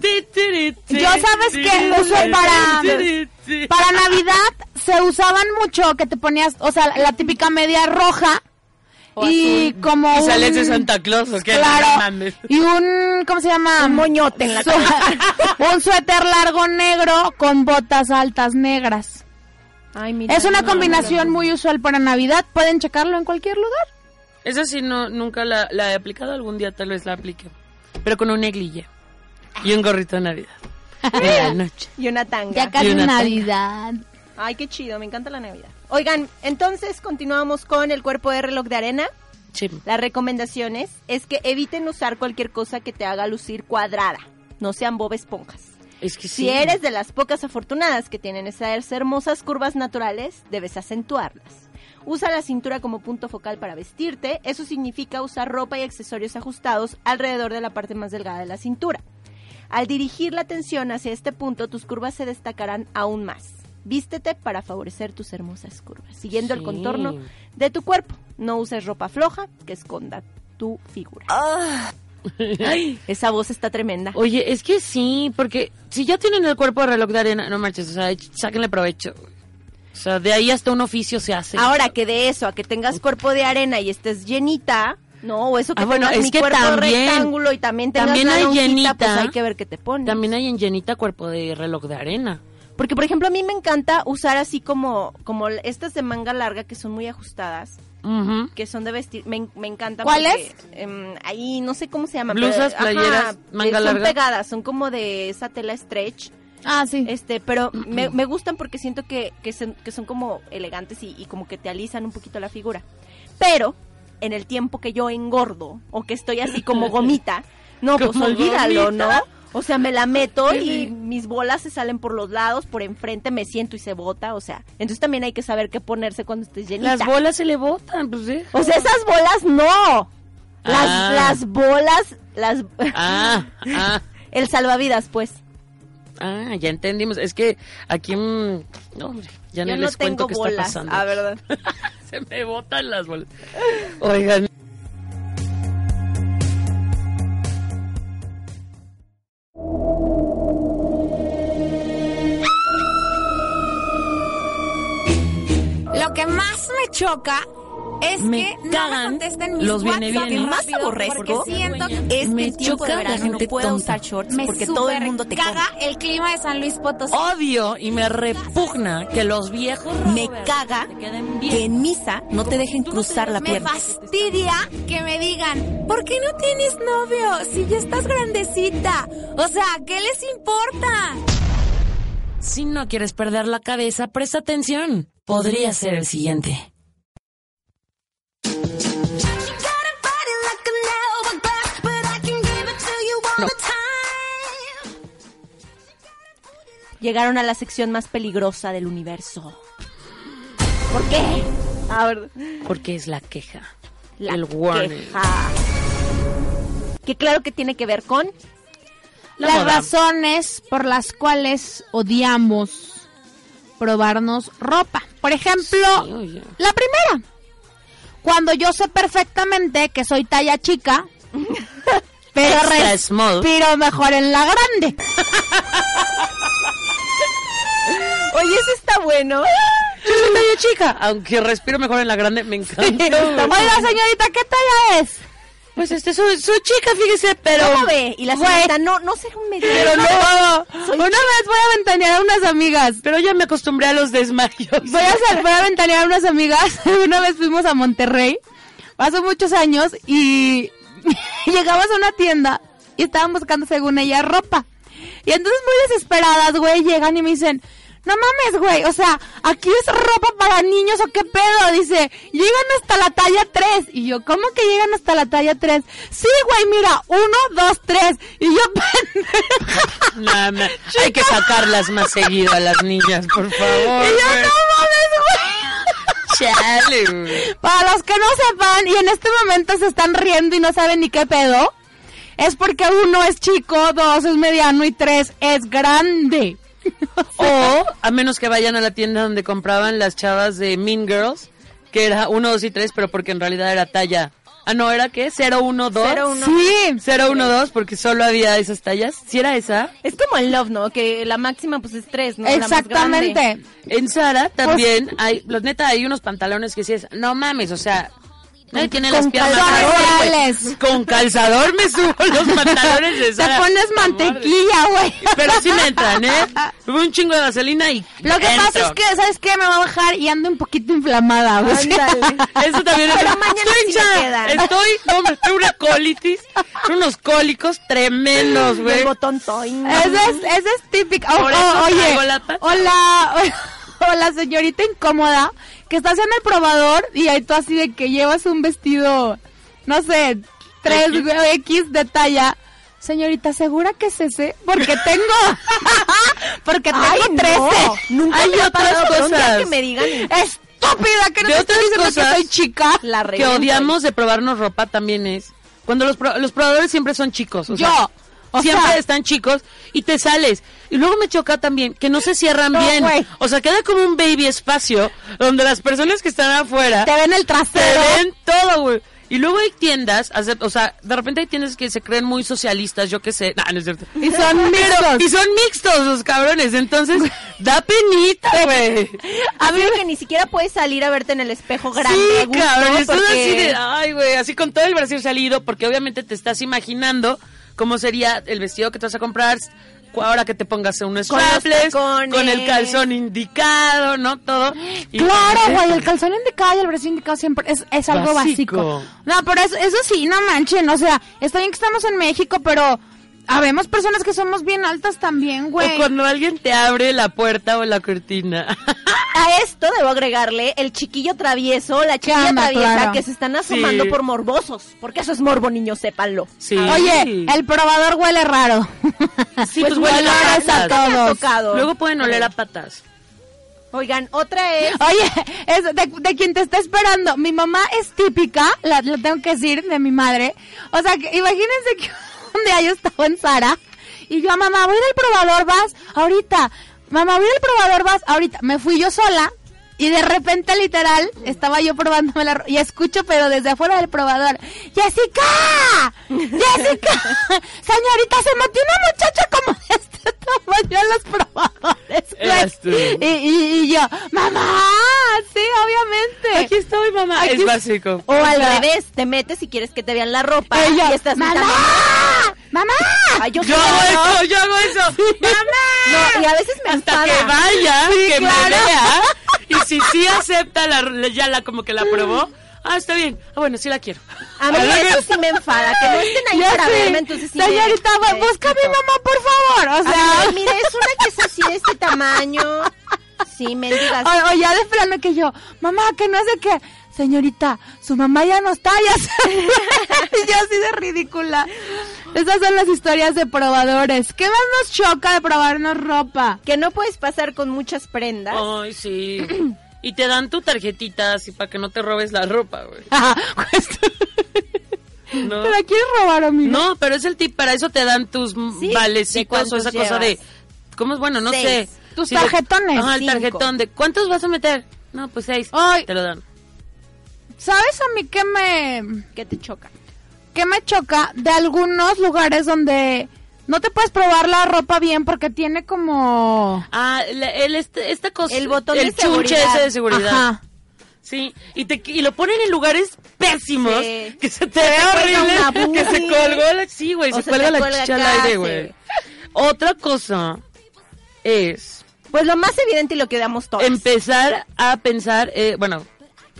Ti, ti, ti, ti, Yo, ¿sabes ti, qué? ti, Uso ti, para- ti, ti, ti. para Navidad se usaban mucho que te ponías, o sea, la típica media roja. Y como Y sales un- de Santa Claus, ¿o qué? No Claro. mames. Y un, ¿cómo se llama? Un moñote en la Su- cabeza. Un suéter largo negro con botas altas negras. Ay, mira. Es una combinación muy usual para Navidad. Pueden checarlo en cualquier lugar. Esa sí no, nunca la, la he aplicado. Algún día tal vez la aplique. Pero con un neglige. Y un gorrito de Navidad. En la noche. Y una tanga. Ya Y casi una Navidad. Ay, qué chido, me encanta la Navidad. Oigan, entonces continuamos con el cuerpo de reloj de arena. Sí. Las recomendaciones es que eviten usar cualquier cosa que te haga lucir cuadrada. No sean bob esponjas. Es que si sí. eres de las pocas afortunadas que tienen esas hermosas curvas naturales, debes acentuarlas. Usa la cintura como punto focal para vestirte. Eso significa usar ropa y accesorios ajustados alrededor de la parte más delgada de la cintura. Al dirigir la atención hacia este punto, tus curvas se destacarán aún más. Vístete para favorecer tus hermosas curvas, siguiendo el Sí. contorno de tu cuerpo. No uses ropa floja que esconda tu figura. Ay, esa voz está tremenda. Oye, es que sí, porque si ya tienen el cuerpo de reloj de arena, no marches, o sea, ech- sáquenle provecho. güey. O sea, de ahí hasta un oficio se hace. Ahora que de eso, a que tengas cuerpo de arena y estés llenita, no, o eso que Ah, bueno, tengas es mi que cuerpo también- rectángulo y también tengas también hay naranjita, llenita. pues hay que ver qué te pones. También hay en llenita cuerpo de reloj de arena. Porque, por ejemplo, a mí me encanta usar así como, como estas de manga larga que son muy ajustadas. Ujú. Que son de vestir, me, me encanta. ¿Cuáles? porque, em, ahí no sé cómo se llama. Blusas, pero- ajá, eh, playeras, manga son larga. pegadas, son como de esa tela stretch. Ah, sí. Eh, Este, pero me, me gustan porque siento que, que, son, que son como elegantes y, y como que te alisan un poquito la figura. Pero en el tiempo que yo engordo o que estoy así como gomita, no, pues Como olvídalo, gomita. ¿no? O sea, me la meto Sí, y sí. mis bolas se salen por los lados, por enfrente me siento y se bota, o sea, entonces también hay que saber qué ponerse cuando estés llenita. Las bolas se le botan, pues sí. O sea, esas bolas no. Las, Ah. las bolas, las... El salvavidas, pues. Ah, ya entendimos. Es que aquí, mm, no, hombre, ya no Yo no les tengo cuento qué bolas, está pasando. a verdad. Se me botan las bolas. Oigan. Lo que más me choca es Me que no me cagan contesten mis los viene WhatsApp bien. rápido, Más aborrezco porque siento es que me en tiempo de choca la verano no gente pueda tonta. usar shorts Me porque todo el súper mundo te caga come. Oh. el clima de San Luis Potosí. Odio y me repugna que los viejos Me caga que en misa no te dejen cruzar la Me pierna. fastidia que me digan, ¿por qué no tienes novio si ya estás grandecita? O sea, ¿qué les importa? Si no quieres perder la cabeza, presta atención. Podría ser el siguiente. Llegaron a la sección más peligrosa del universo. ¿Por qué? A ver, Porque es la queja. La el warning. queja. Que claro que tiene que ver con... La las moda. razones por las cuales odiamos probarnos ropa. Por ejemplo, la primera. Cuando yo sé perfectamente que soy talla chica, pero Extra small. respiro mejor en la grande. Oye, eso está bueno. Yo soy talla chica, aunque respiro mejor en la grande, me encanta. Oiga, señorita, ¿qué talla es? Pues este, soy, soy chica, fíjese, pero... ¿Cómo ve? Y la Güey, señorita, no, no será un medio. Pero no, Soy una vez voy a ventanear a unas amigas. Pero ya me acostumbré a los desmayos. Voy a, hacer- voy a ventanear a unas amigas. Una vez fuimos a Monterrey, hace muchos años, y llegamos a una tienda y estaban buscando, según ella, ropa. Y entonces, muy desesperadas, güey, llegan y me dicen. No mames, güey, o sea, aquí es ropa para niños o qué pedo, dice, llegan hasta la talla 3. Y yo, ¿cómo que llegan hasta la talla 3? Sí, güey, mira, 1, 2, 3. Y yo, Nah, nah, Hay que sacarlas más seguido a las niñas, por favor. Y yo, güey. no mames, güey. Chale, güey. Para los que no sepan y en este momento se están riendo y no saben ni qué pedo, es porque uno es chico, dos es mediano y tres es grande. O, a menos que vayan a la tienda donde compraban las chavas de Mean Girls, que era 1, 2 y 3, pero porque en realidad era talla. Ah, no, ¿era qué? ¿0, 1, 2? Cero, uno. Sí, 0, 1, 2, porque solo había esas tallas. ¿Sí era esa? Es como el love, ¿no? Que la máxima pues es tres, ¿no? La más Exactamente. grande. En Sara también Pues- hay, los neta, hay unos pantalones que sí es, no mames, o sea, nadie tiene las con piernas. calzones largas, güey. reales. Con calzador me subo los pantalones de Te Sara. pones mantequilla, güey. Pero sí me entran, ¿eh? Hubo un chingo de vaselina y Lo que entro. pasa es que, ¿sabes qué? Me va a bajar y ando un poquito inflamada, güey. Eso también es... Pero mañana estoy sí me hinchada, quedan. Estoy, no, hombre, estoy una colitis, unos cólicos tremendos, güey. Del botón toing. Esa es, esa es típica. O- Por o- eso oye, traigo la taza. hola, hola señorita incómoda que está haciendo el probador y ahí tú así de que llevas un vestido, no sé, 3 X de talla Señorita, ¿segura que es ese? Porque tengo. Porque tengo Ay, no, 13. nunca Hay me ha otras pasado, pero un día cosas. que me digan- Estúpida, que no de te otras estoy diciendo que cosas soy chica. La que odiamos de probarnos ropa también es cuando los, pro- los probadores siempre son chicos. o Yo, sea, o siempre sea. están chicos y te sales. Y luego me choca también que no se cierran No, bien. güey. O sea, queda como un baby espacio donde las personas que están afuera Te ven el trasero. te ven todo, güey. Y luego hay tiendas, hace- o sea, de repente hay tiendas que se creen muy socialistas, yo qué sé. Nah, no es cierto. Y son Pero- mixtos. Y son mixtos los cabrones. Entonces, da penita, güey. A mí que ni siquiera puedes salir a verte en el espejo grande. a Sí, gusto, cabrón, estás porque- así de, ay, güey, así con todo el Brasil salido, porque obviamente te estás imaginando cómo sería el vestido que te vas a comprar cu- ahora que te pongas un Con los strapless, con, tacones. el calzón indicado, ¿no? Todo. Y- Claro, güey, el calzón indicado y el brazo indicado siempre es, es algo básico. Básico. No, pero eso, eso sí, no manchen, o sea, está bien que estamos en México, pero habemos personas que somos bien altas también, O güey. cuando alguien te abre la puerta o la cortina. A esto debo agregarle el chiquillo travieso, la chiquilla Chamba, traviesa claro. que se están asomando Sí. por morbosos. Porque eso es morbo, niños, sépanlo. Sí. Oye, el probador huele raro. Sí, pues, pues, huele huele a patas. patas. Nunca me ha tocado. Luego pueden oler a patas. Oigan, otra es... Oye, es de, de quien te está esperando. Mi mamá es típica, la, lo tengo que decir, de mi madre. O sea, que imagínense que un día yo estaba en Sara y yo, "Ah, mamá, voy del probador, vas ahorita. Mamá, voy del probador, vas ahorita. Me fui yo sola y de repente, literal, estaba yo probándome la ro- y escucho, pero desde afuera del probador, ¡Jessica! ¡Jessica! Señorita, se metió una muchacha como de este tamaño en los probadores, güey". Eras tú. Y, y- y yo, mamá, sí, obviamente. Aquí estoy, mamá. Aquí es es- básico. O al Hola. revés, te metes y quieres que te vean la ropa Ella, y estás ¡Mamá! gritando, "Ah, ¡Mamá! "Ay, yo Yo soy la hago mamá". eso, yo hago eso. ¡Mamá! No, y a veces me hasta que enfada. vaya, que me claro. vea. Y si sí acepta, la, la- ya la como que la aprobó. Ah, está bien. Ah, bueno, sí la quiero. A mí la eso sí me enfada, que no estén ahí Ya para sé. verme, entonces sí me- Señorita, me va- busca a mi excito. mamá, por favor. O sea, Ay, mira, es una que es así de este tamaño. Sí, mendigas. o, o ya de plano que yo, mamá, que no sé qué. Señorita, su mamá ya no está, ya se fue". Y yo así de ridícula. Esas son las historias de probadores. ¿Qué más nos choca de probarnos ropa? Que no puedes pasar con muchas prendas. Ay, sí. Y te dan tu tarjetita así para que no te robes la ropa, güey. No. ¿Te la quieres robar, amigo? No, pero es el tip, para eso te dan tus Sí, ¿de valecitos o cuántos esa cosa de... llevas? ¿Cómo es? Bueno, no Seis. sé. Tus de- tarjetones. Ajá, el Cinco. tarjetón de... ¿Cuántos vas a meter? No, pues seis. Ay. Te lo dan. ¿Sabes a mí qué me, Que te choca. qué me choca de algunos lugares donde no te puedes probar la ropa bien porque tiene como... Ah, la- el, este- esta cosa... El botón de El chunche seguridad. ese de seguridad. Ajá. Sí, y, te, y lo ponen en lugares pésimos Sí. que se te ve horrible, una que se bubi. colgó la... Sí, güey, O se, se cuelga te la cuelga chicha al acá, aire, sí. güey. Otra cosa es... Pues lo más evidente y lo que damos todos. Em. empezar a pensar, eh, bueno,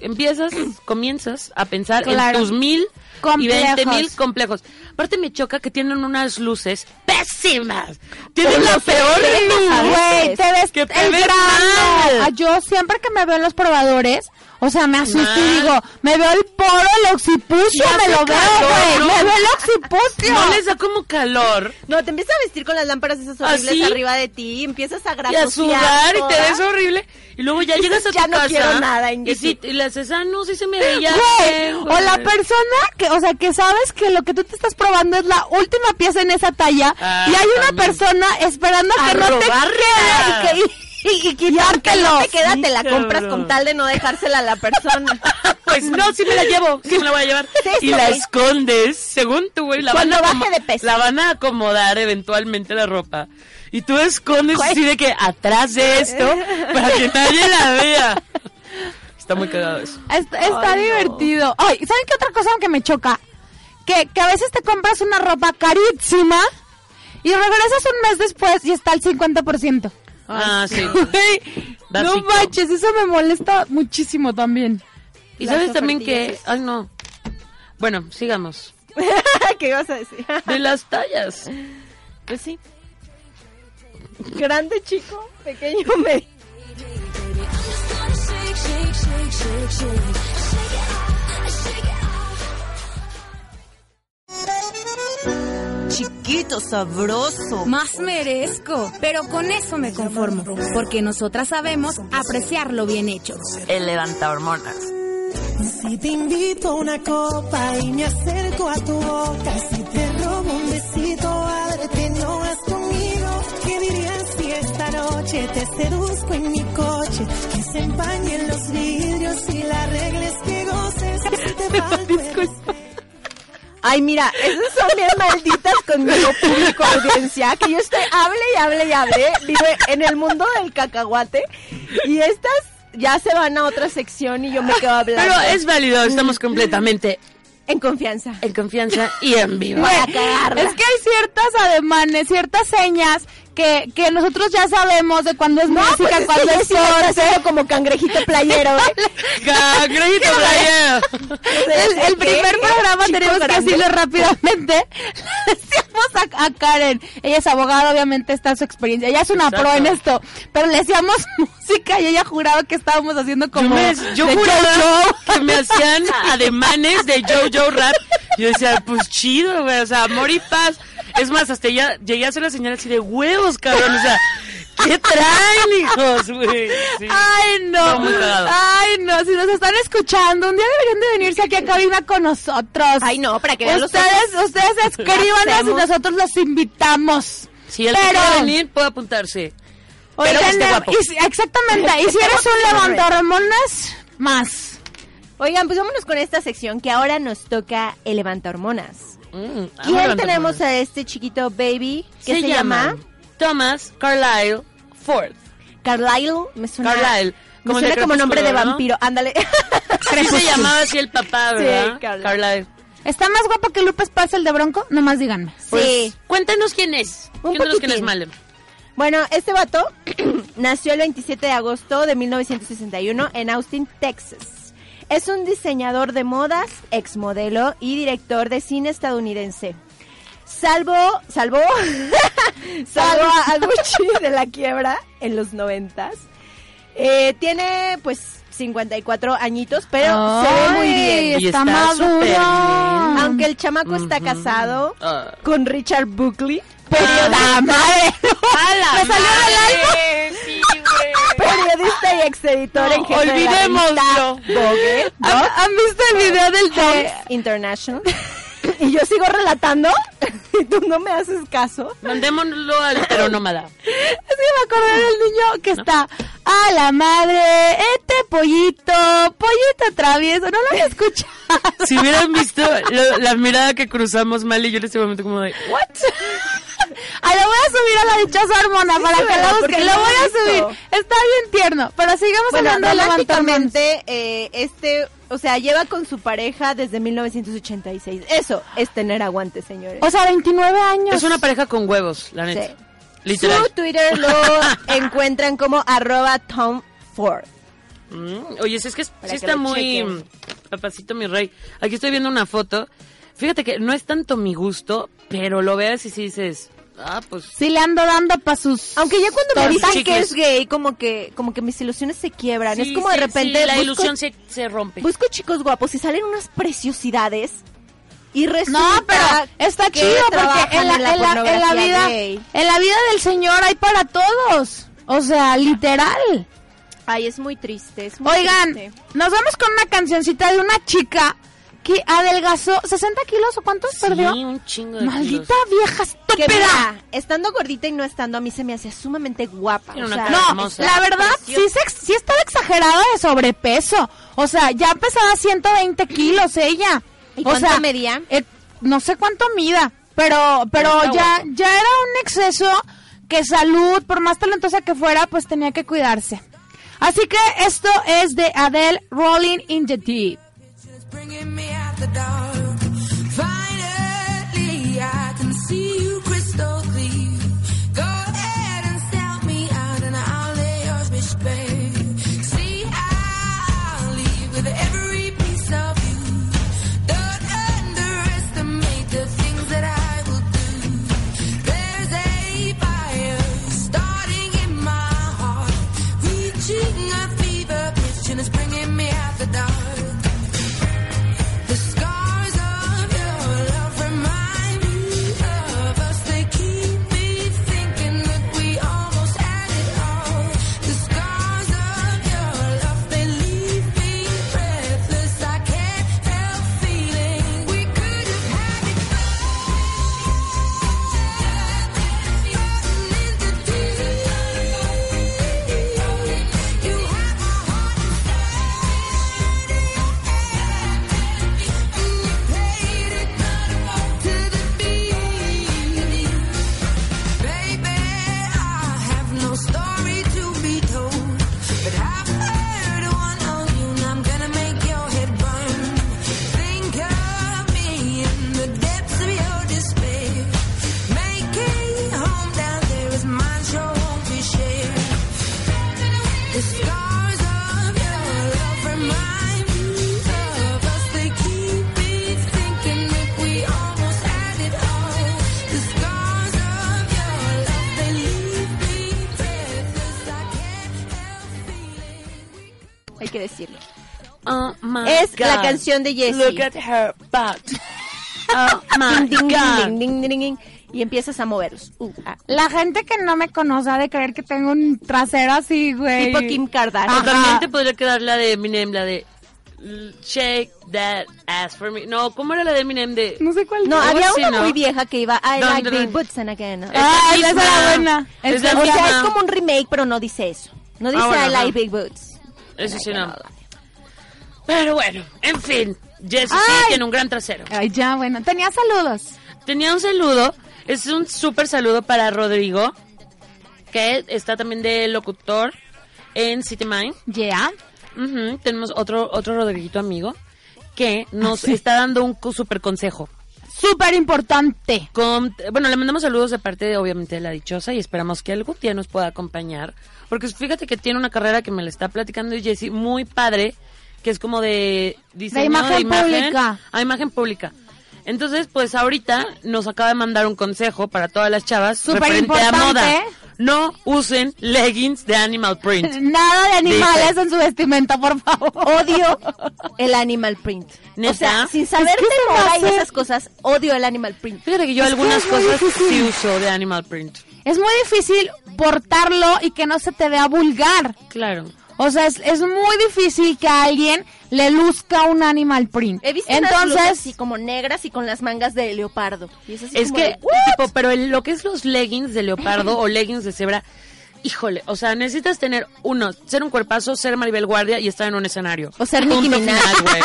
empiezas, comienzas a pensar Claro. en tus mil Complejos. y veinte mil complejos. Aparte me choca que tienen unas luces pésimas. Tienen la peor luz. Güey, te ves Que te el ves grano. mal. Ah, Yo siempre que me veo en los probadores, o sea, me asusto y Mal. digo, me veo el poro, el occipucio, Ya me hace lo veo, calor, güey, ¿no? me veo el occipucio. No les da como calor No, te empiezas a vestir con las lámparas esas horribles ¿Así? arriba de ti, empiezas a ¿Ah, y a grafosar sudar y te ves horrible y luego ya llegas a tu Ya no casa quiero nada, y Ingrid. si y le haces ah no sí se me veía Güey, bien, o la güey". persona que, o sea, que sabes que lo que tú te estás probando es la última pieza en esa talla Ah, y hay una también. persona esperando A que no te robarla. quede y, que- y- y- y quitártelo. No te queda, te la Sí, compras cabrón. con tal de no dejársela a la persona. Pues no, sí me la llevo, sí me la voy a llevar. Sí, sí, y la sí. escondes, según tú, güey. La Cuando van a baje acomo- de peso. La van a acomodar eventualmente la ropa. Y tú escondes así de que atrás de esto, para que nadie la vea. Está muy cagado eso. Está, está divertido. Ay, ¿saben qué otra cosa que me choca? Que, que a veces te compras una ropa carísima y regresas un mes después y está al 50%. Ah, sí. Güey, no Básico. manches, eso me molesta muchísimo también. Y Las sabes también que... ofertillas. Ay, no. Bueno, sigamos. ¿Qué ibas a decir? De las tallas. Pues sí. Grande chico, pequeño medio. Chiquita riquito, sabroso. Más merezco, pero con eso me conformo, porque nosotras sabemos apreciar lo bien hecho. El levanta hormonas. Si te invito a una copa y me acerco a tu boca, si te robo un besito, ábrete, no vas conmigo. ¿Qué dirías si esta noche te seduzco en mi coche? Que se empañen los vidrios y la regla es que goces. Si te falto el Ay, mira, esas son bien malditas conmigo, público, audiencia, que yo estoy, hable y hable y hable, vive en el mundo del cacahuate, y estas ya se van a otra sección y yo me quedo hablando. Pero es válido, estamos completamente En confianza. en confianza y en vivo. Güey, Es que hay ciertas ademanes, ciertas señas que, que nosotros ya sabemos de cuándo es música, pues, cuándo es que es ya sí corte. estás haciendo como cangrejito playero, ¿eh? Cangrejito playero. El, el Eh, primer programa tenemos que decirlo rápidamente. Le decíamos a, a Karen, ella es abogada, obviamente está en su experiencia. Ella es una Exacto. pro en esto, pero le decíamos música y ella juraba que estábamos haciendo Yo, como. me, yo de juraba Jojo. que me hacían ademanes de Jojo Rap. Yo decía, pues chido, güey, o sea, amor y paz. Es más, hasta ya llegué a hacer la señal así de huevos, cabrón, o sea, ¿qué traen, hijos, güey? Sí. Ay, no. Estaba muy cagado. Ay, no. Si nos están escuchando, un día deberían de venirse aquí a cabina con nosotros. Ay, no, para que vean los ustedes, ustedes escríbanos y Hacemos. nosotros los invitamos. Si él Pero- quiere venir, puede apuntarse. Hoy Pero que esté tenem- guapo. y si- exactamente. Y si eres un levantarmonas, más. Oigan, pues vámonos con esta sección que ahora nos toca el levanta hormonas. Mm, amo ¿Quién levantar tenemos manos. a este chiquito baby que se, Ah, se, llama Thomas Carlyle Ford. Carlyle? Me suena, Carlyle. Me Como el suena de como nombre de Crepúsculo, ¿no? vampiro. Ándale. Sí pues se llamaba así el papá, Sí, ¿verdad? Carlyle. Carlyle. ¿Está más guapo que Lupe Esparza, el de Bronco? Nomás díganme. Pues Sí. pues, Cuéntanos quién es. Un Cuéntanos quién es poquitín. Malem. Bueno, este vato nació el 27 de agosto de 1961 en Austin, Texas. Es un diseñador de modas, exmodelo y director de cine estadounidense. Salvo, salvó, salvó a Gucci de la quiebra en los noventas. Eh, tiene pues 54 añitos, pero se ve muy bien. Ay, Está Y está maduro. súper bien. Aunque el chamaco está casado Ah. con Richard Buckley, Ah. ¡Puta madre! ¡A ¡Me salió del alma! periodista y exeditor No, en jefe de la olvidémoslo. revista Vogue, ¿Han, han visto el video del de... Times Ah, International. y yo sigo relatando y tú no me haces caso. Mandémoslo al heteronómada. Es que me acordé del niño que está... A la madre, este pollito, pollito travieso, no lo he escuchado. Si hubieran visto lo- la mirada que cruzamos Mal y yo en este momento como de... What? Ay, lo voy a subir a la dichosa hormona para que ¿verdad? la Porque busquen. Lo no lo voy he a visto. subir. Está bien tierno, pero sigamos Bueno, hablando de levantarnos. básicamente eh, este, o sea, lleva con su pareja desde 1986. Eso es tener aguante, señores. O sea, 29 años. Es una pareja con huevos, la neta. Sí. Literal. Su Twitter lo encuentran como arroba Tom Ford. Mm, Oye, si es que es- Para sí que está lo muy... chequen. Papacito mi rey. Aquí estoy viendo una foto. Fíjate que no es tanto mi gusto, pero lo veas y sí dices... Ah, pues... Sí, le ando dando pa' sus. Aunque ya cuando me Todos dicen que chicles. es gay, como que, como que mis ilusiones se quiebran. es Sí, como de sí, repente sí, la busco ilusión se, se rompe. busco chicos guapos y salen unas preciosidades y resulta No, pero está que chido porque trabajan en la, en la- en la pornografía vida, gay. en la vida del Señor hay para todos. O sea, literal. Ay, es muy triste. Es muy Oigan, triste. nos vamos con una cancioncita de una chica que adelgazó 60 kilos o cuántos perdió. Sí, un chingo de Maldita vieja que estúpida. mira, estando gordita y no estando, a mí se me hacía sumamente guapa. Tiene o una sea, cara No, hermosa. la verdad, sí, se ex- sí estaba exagerada de sobrepeso. O sea, ya pesaba 10020 kilos ella. ¿Y o cuánto sea, medía? eh, no sé cuánto mida, pero, Pero pero está ya, guapa. ya era un exceso que salud, por más talentosa que fuera, pues tenía que cuidarse. Así que esto es de Adele Rolling in the Deep. bringing me out the dark. Finally, I can see you crystal clear. Go ahead and sell me out, and I'll lay your wish, babe. See, I'll leave with every piece of you. Don't underestimate the things that I will do. There's a fire starting in my heart, reaching a fever pitch, and it's bringing me out the dark. The scars of your love remind me of us. They hay que decirlo. Oh my es God. la canción de Jessie. Look at her butt. Oh my Ding, ding, God. ding, ding, ding, ding, y empiezas a moverlos. Uh, ah. La gente que no me conoce ha de creer que tengo un trasero así, güey. Tipo Kim O Kardashian. también te podría quedar la de Eminem, la de l- Shake that ass for me. No, ¿cómo era la de Eminem de...? No sé cuál. No, Algo había así, una Oh, ¿no? muy vieja que iba I Dun, like dun, the dun. boots and again. Ah, esa misma. era buena. Es Es la o sea, misma. es como un remake, pero no dice eso. No dice Ah, bueno, I like ajá. big boots. Eso sí no. Pero bueno, en fin, Jessie sí Ay. tiene un gran trasero. Ay, ya, bueno. Tenía saludos. Tenía un saludo, es un súper saludo para Rodrigo, que está también de locutor en City Mind. Yeah. Ujú, Tenemos otro, otro Rodriguito amigo que nos está dando un cu- súper consejo. Súper importante. Con- bueno, le mandamos saludos de parte, de, obviamente, de la dichosa y esperamos que algún día nos pueda acompañar. Porque fíjate que tiene una carrera que me la está platicando Jessie, muy padre, que es como de diseño imagen pública. A imagen pública. Entonces, pues ahorita nos acaba de mandar un consejo para todas las chavas Súper referente a importante. moda. No usen leggings de animal print. Nada de animales Dice. en su vestimenta, por favor. Odio el animal print. ¿Neta? O sea, sin saber que de se me moda y hace- esas cosas, odio el animal print. Fíjate que yo Es que algunas es muy cosas sí difícil. uso de animal print. Es muy difícil portarlo y que no se te vea vulgar. Claro. O sea, es, es muy difícil que a alguien le luzca un animal print. He visto unas blusas Entonces, así como negras y con las mangas de leopardo. Y es así Es como que, de, "What?". tipo, pero el- lo que es los leggings de leopardo o leggings de cebra, híjole, o sea, necesitas tener uno, ser un cuerpazo, ser Maribel Guardia y estar en un escenario. O ser Nicki punto Minaj. final, güey.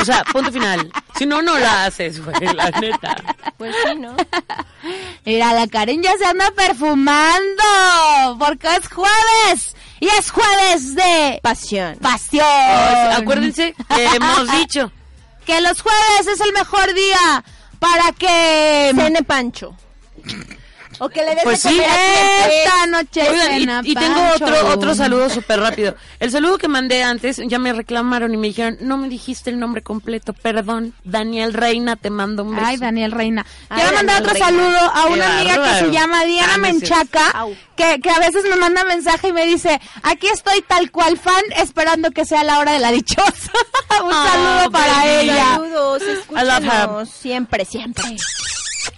O sea, punto final. Si no, no la haces, güey, la neta. Pues sí, ¿no? mira, la Karen ya se anda perfumando. Porque es jueves. Y es jueves de Pasión. pasión. Acuérdense que hemos dicho, que los jueves es el mejor día para que Cene Pancho. O que le des Pues de sí. comer a quien sea. esta noche Oigan, y- cena, y, tengo Pancho. otro, otro saludo súper rápido. El saludo que mandé antes, ya me reclamaron y me dijeron, no me dijiste el nombre completo, perdón. Daniel Reina, te mando un beso. Ay, Daniel Reina. Ay, Quiero Daniel mandar otro Reina. saludo a Qué una amiga que bárbaro. se llama Diana Ah, no es cierto. Menchaca, Au. que, que a veces me manda mensaje y me dice, aquí estoy tal cual fan, esperando que sea la hora de la dichosa. Un Ah, saludo para baby. ella. Saludos, love her. escúchanos siempre, siempre.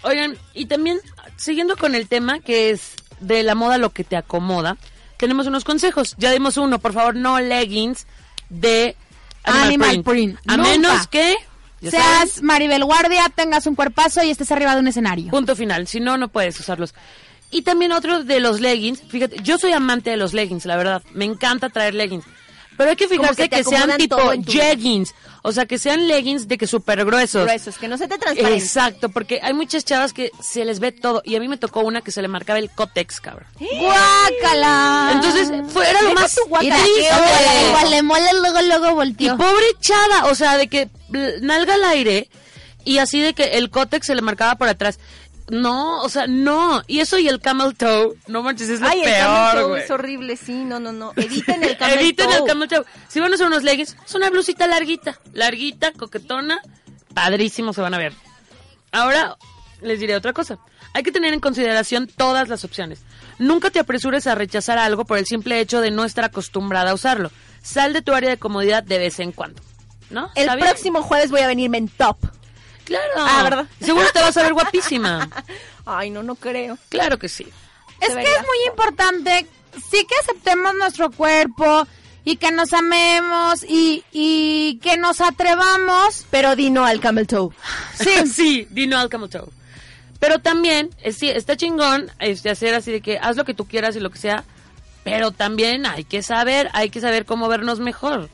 Oigan, y también siguiendo con el tema que es de la moda lo que te acomoda, tenemos unos consejos. Ya dimos uno, por favor, no leggings de animal, Animal print. A Nunca. menos que ya Seas saben, Maribel Guardia, tengas un cuerpazo y estés arriba de un escenario. punto final, si no no puedes usarlos. Y también otro de los leggings, fíjate, yo soy amante de los leggings, la verdad, me encanta traer leggings. Pero hay que Como fijarse que te que, sean acomodan tipo todo en tu vida. jeggings, o sea, que sean leggings de que súper gruesos. Gruesos, que no se te transparenten. Exacto, porque hay muchas chavas que se les ve todo. Y a mí me tocó una que se le marcaba el cótex, cabrón. Ah. ¡Guácala! Entonces, fue, era lo Deja más tu guacala, triste. qué horror. Igual le mole, luego, luego Y volteó. pobre chava, o sea, de que bl- nalga al aire y así de que el cótex se le marcaba por atrás. No, o sea, no. Y eso y el camel toe, no manches, es lo Ay, el camel peor, toe güey. es horrible, sí, no, no, no. Eviten el camel Eviten el toe. camel toe. Si van a usar unos leggings, es una blusita larguita, larguita, coquetona, padrísimo se van a ver. Ahora les diré otra cosa. Hay que tener en consideración todas las opciones. Nunca te apresures a rechazar algo por el simple hecho de no estar acostumbrada a usarlo. Sal de tu área de comodidad de vez en cuando. ¿No? El ¿Está bien? próximo jueves voy a venirme en top. Claro. Ah, ¿verdad? Seguro te vas a ver guapísima. Ay, no, no creo. Claro que sí. Es Se que vería. es muy importante, sí que aceptemos nuestro cuerpo y que nos amemos y, y que nos atrevamos. Pero di no al camel toe. Sí, sí, Dino al camel toe. Pero también, eh, sí, está chingón este, hacer así de que haz lo que tú quieras y lo que sea, pero también hay que saber, hay que saber cómo vernos mejor.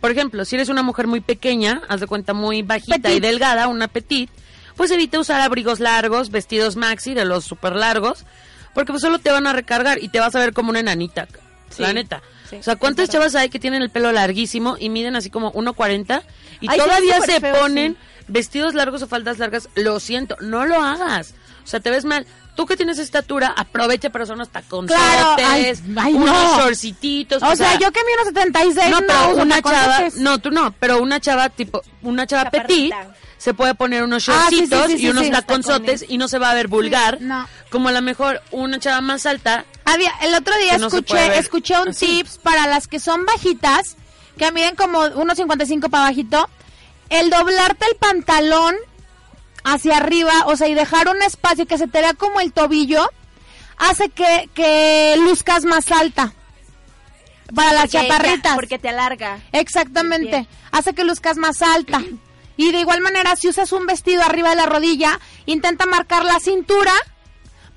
Por ejemplo, si eres una mujer muy pequeña, haz de cuenta muy bajita y Petit. delgada, una petit, pues evita usar abrigos largos, vestidos maxi de los super largos, porque pues solo te van a recargar y te vas a ver como una enanita, ca- Sí, la neta. sí, o sea, ¿cuántas es verdad. chavas hay que tienen el pelo larguísimo y miden así como 1.40 y Ay, se ve todavía súper se feo, ponen sí. vestidos largos o faldas largas, lo siento, no lo hagas. O sea, te ves mal. Tú que tienes estatura, aprovecha para usar unos taconzotes, Claro, ay, ay, unos no. shortcititos. O, sea, yo que mido 76 no, no, pero uso una tacones. chava, no, tú no, pero una chava tipo, una chava petit Chaparrita. se puede poner unos Ah, sí, sí, sí, shortcitos sí, y unos sí. taconzotes y no se va a ver vulgar, no. como a lo mejor una chava más alta Había, el otro día Que no se escuché, puede ver escuché un así. tips para las que son bajitas que miden como 1.55 para bajito, el doblarte el pantalón hacia arriba, o sea, y dejar un espacio que se te vea como el tobillo, hace que, que luzcas más alta. Para las Porque- chaparritas. Porque te alarga. Exactamente. Hace que luzcas más alta. Y de igual manera, si usas un vestido arriba de la rodilla, intenta marcar la cintura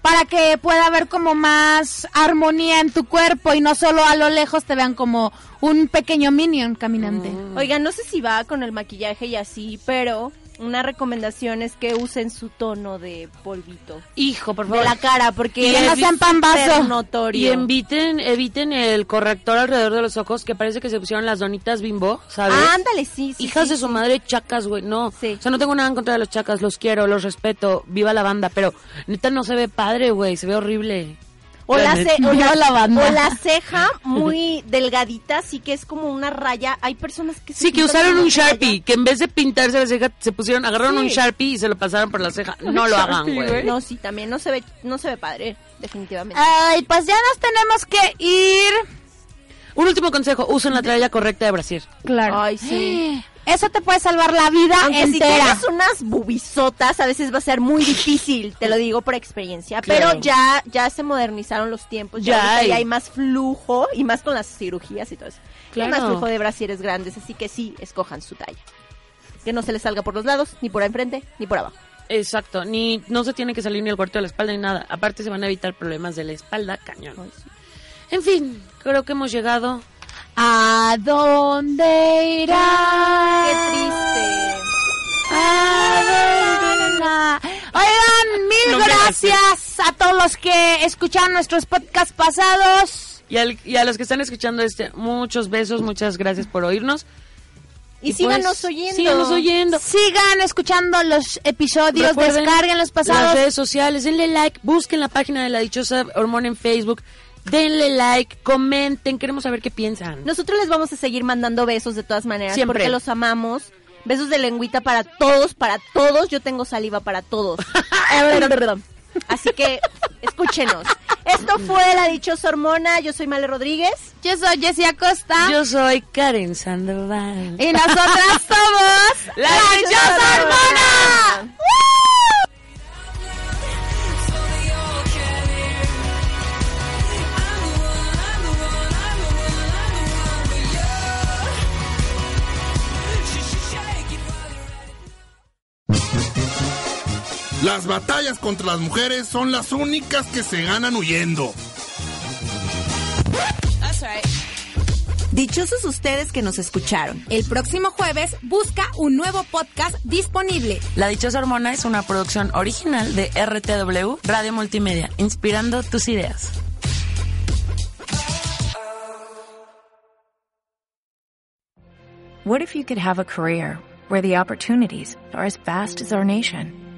para que pueda haber como más armonía en tu cuerpo y no solo a lo lejos te vean como un pequeño minion caminante. Oigan, no sé si va con el maquillaje y así, pero una recomendación es que usen su tono de polvito. Hijo, por De favor. la cara, porque Y no evi- sean pambazos. notorio. Y eviten, eviten el corrector alrededor de los ojos, que parece que se pusieron las donitas bimbo, ¿sabes? Ah, ándale, sí, sí. Hijas sí, de su madre, chacas, güey, no. O sea, no tengo nada en contra de los chacas, los quiero, los respeto, viva la banda, pero neta no se ve padre, güey, se ve horrible. O la, ce- o la- Viva o la ceja muy delgadita, sí que es como una raya. Hay personas que se Sí, que pintan usaron como un una raya. Sharpie, que en vez de pintarse la ceja, se pusieron, agarraron Sí. un Sharpie y se lo pasaron por la ceja. No lo hagan, güey. No, sí, también no se ve, no se ve padre, definitivamente. Ah, Ay, pues ya nos tenemos que ir. Un último consejo, usen la toalla correcta de brasier. Claro. Ay, sí. Eso te puede salvar la vida Aunque si entera. tienes unas bubisotas, a veces va a ser muy difícil, te lo digo por experiencia. Claro. Pero ya, ya se modernizaron los tiempos, ya, Ya ahorita hay. ya hay más flujo y más con las cirugías y todo eso. Ya Hay Claro. más flujo de brasieres grandes, así que sí, escojan su talla. Que no se les salga por los lados, ni por enfrente, ni por abajo. Exacto, ni no se tiene que salir ni el cuarto de la espalda ni nada. Aparte se van a evitar problemas de la espalda, cañón. En fin, creo que hemos llegado. ¿A dónde irá? Qué triste. Oigan, mil No, gracias. gracias a todos los que escucharon nuestros podcasts pasados. Y, al- y a los que están escuchando este, muchos besos, muchas gracias por oírnos. Y pues, Síganos oyendo. Sigan escuchando los episodios, Recuerden descarguen los Las pasados. redes sociales, denle like, busquen la página de la dichosa hormona en Facebook, denle like, comenten, queremos saber qué piensan. Nosotros les vamos a seguir mandando besos de todas maneras, Siempre. porque los amamos. Besos de lengüita para todos, para todos. Yo tengo saliva para todos. Así que escúchenos. Esto fue La Dichosa Hormona. Yo soy Male Rodríguez. Yo soy Jessie Acosta. Yo soy Karen Sandoval. Y nosotras somos La Dichosa Hormona. Las batallas contra las mujeres son las únicas que se ganan huyendo. Dichosos ustedes que nos escucharon. El próximo jueves busca un nuevo podcast disponible. La Dichosa Hormona es una producción original de RTW Radio Multimedia, inspirando tus ideas. What if you could have a career where the opportunities are as vast as our nation,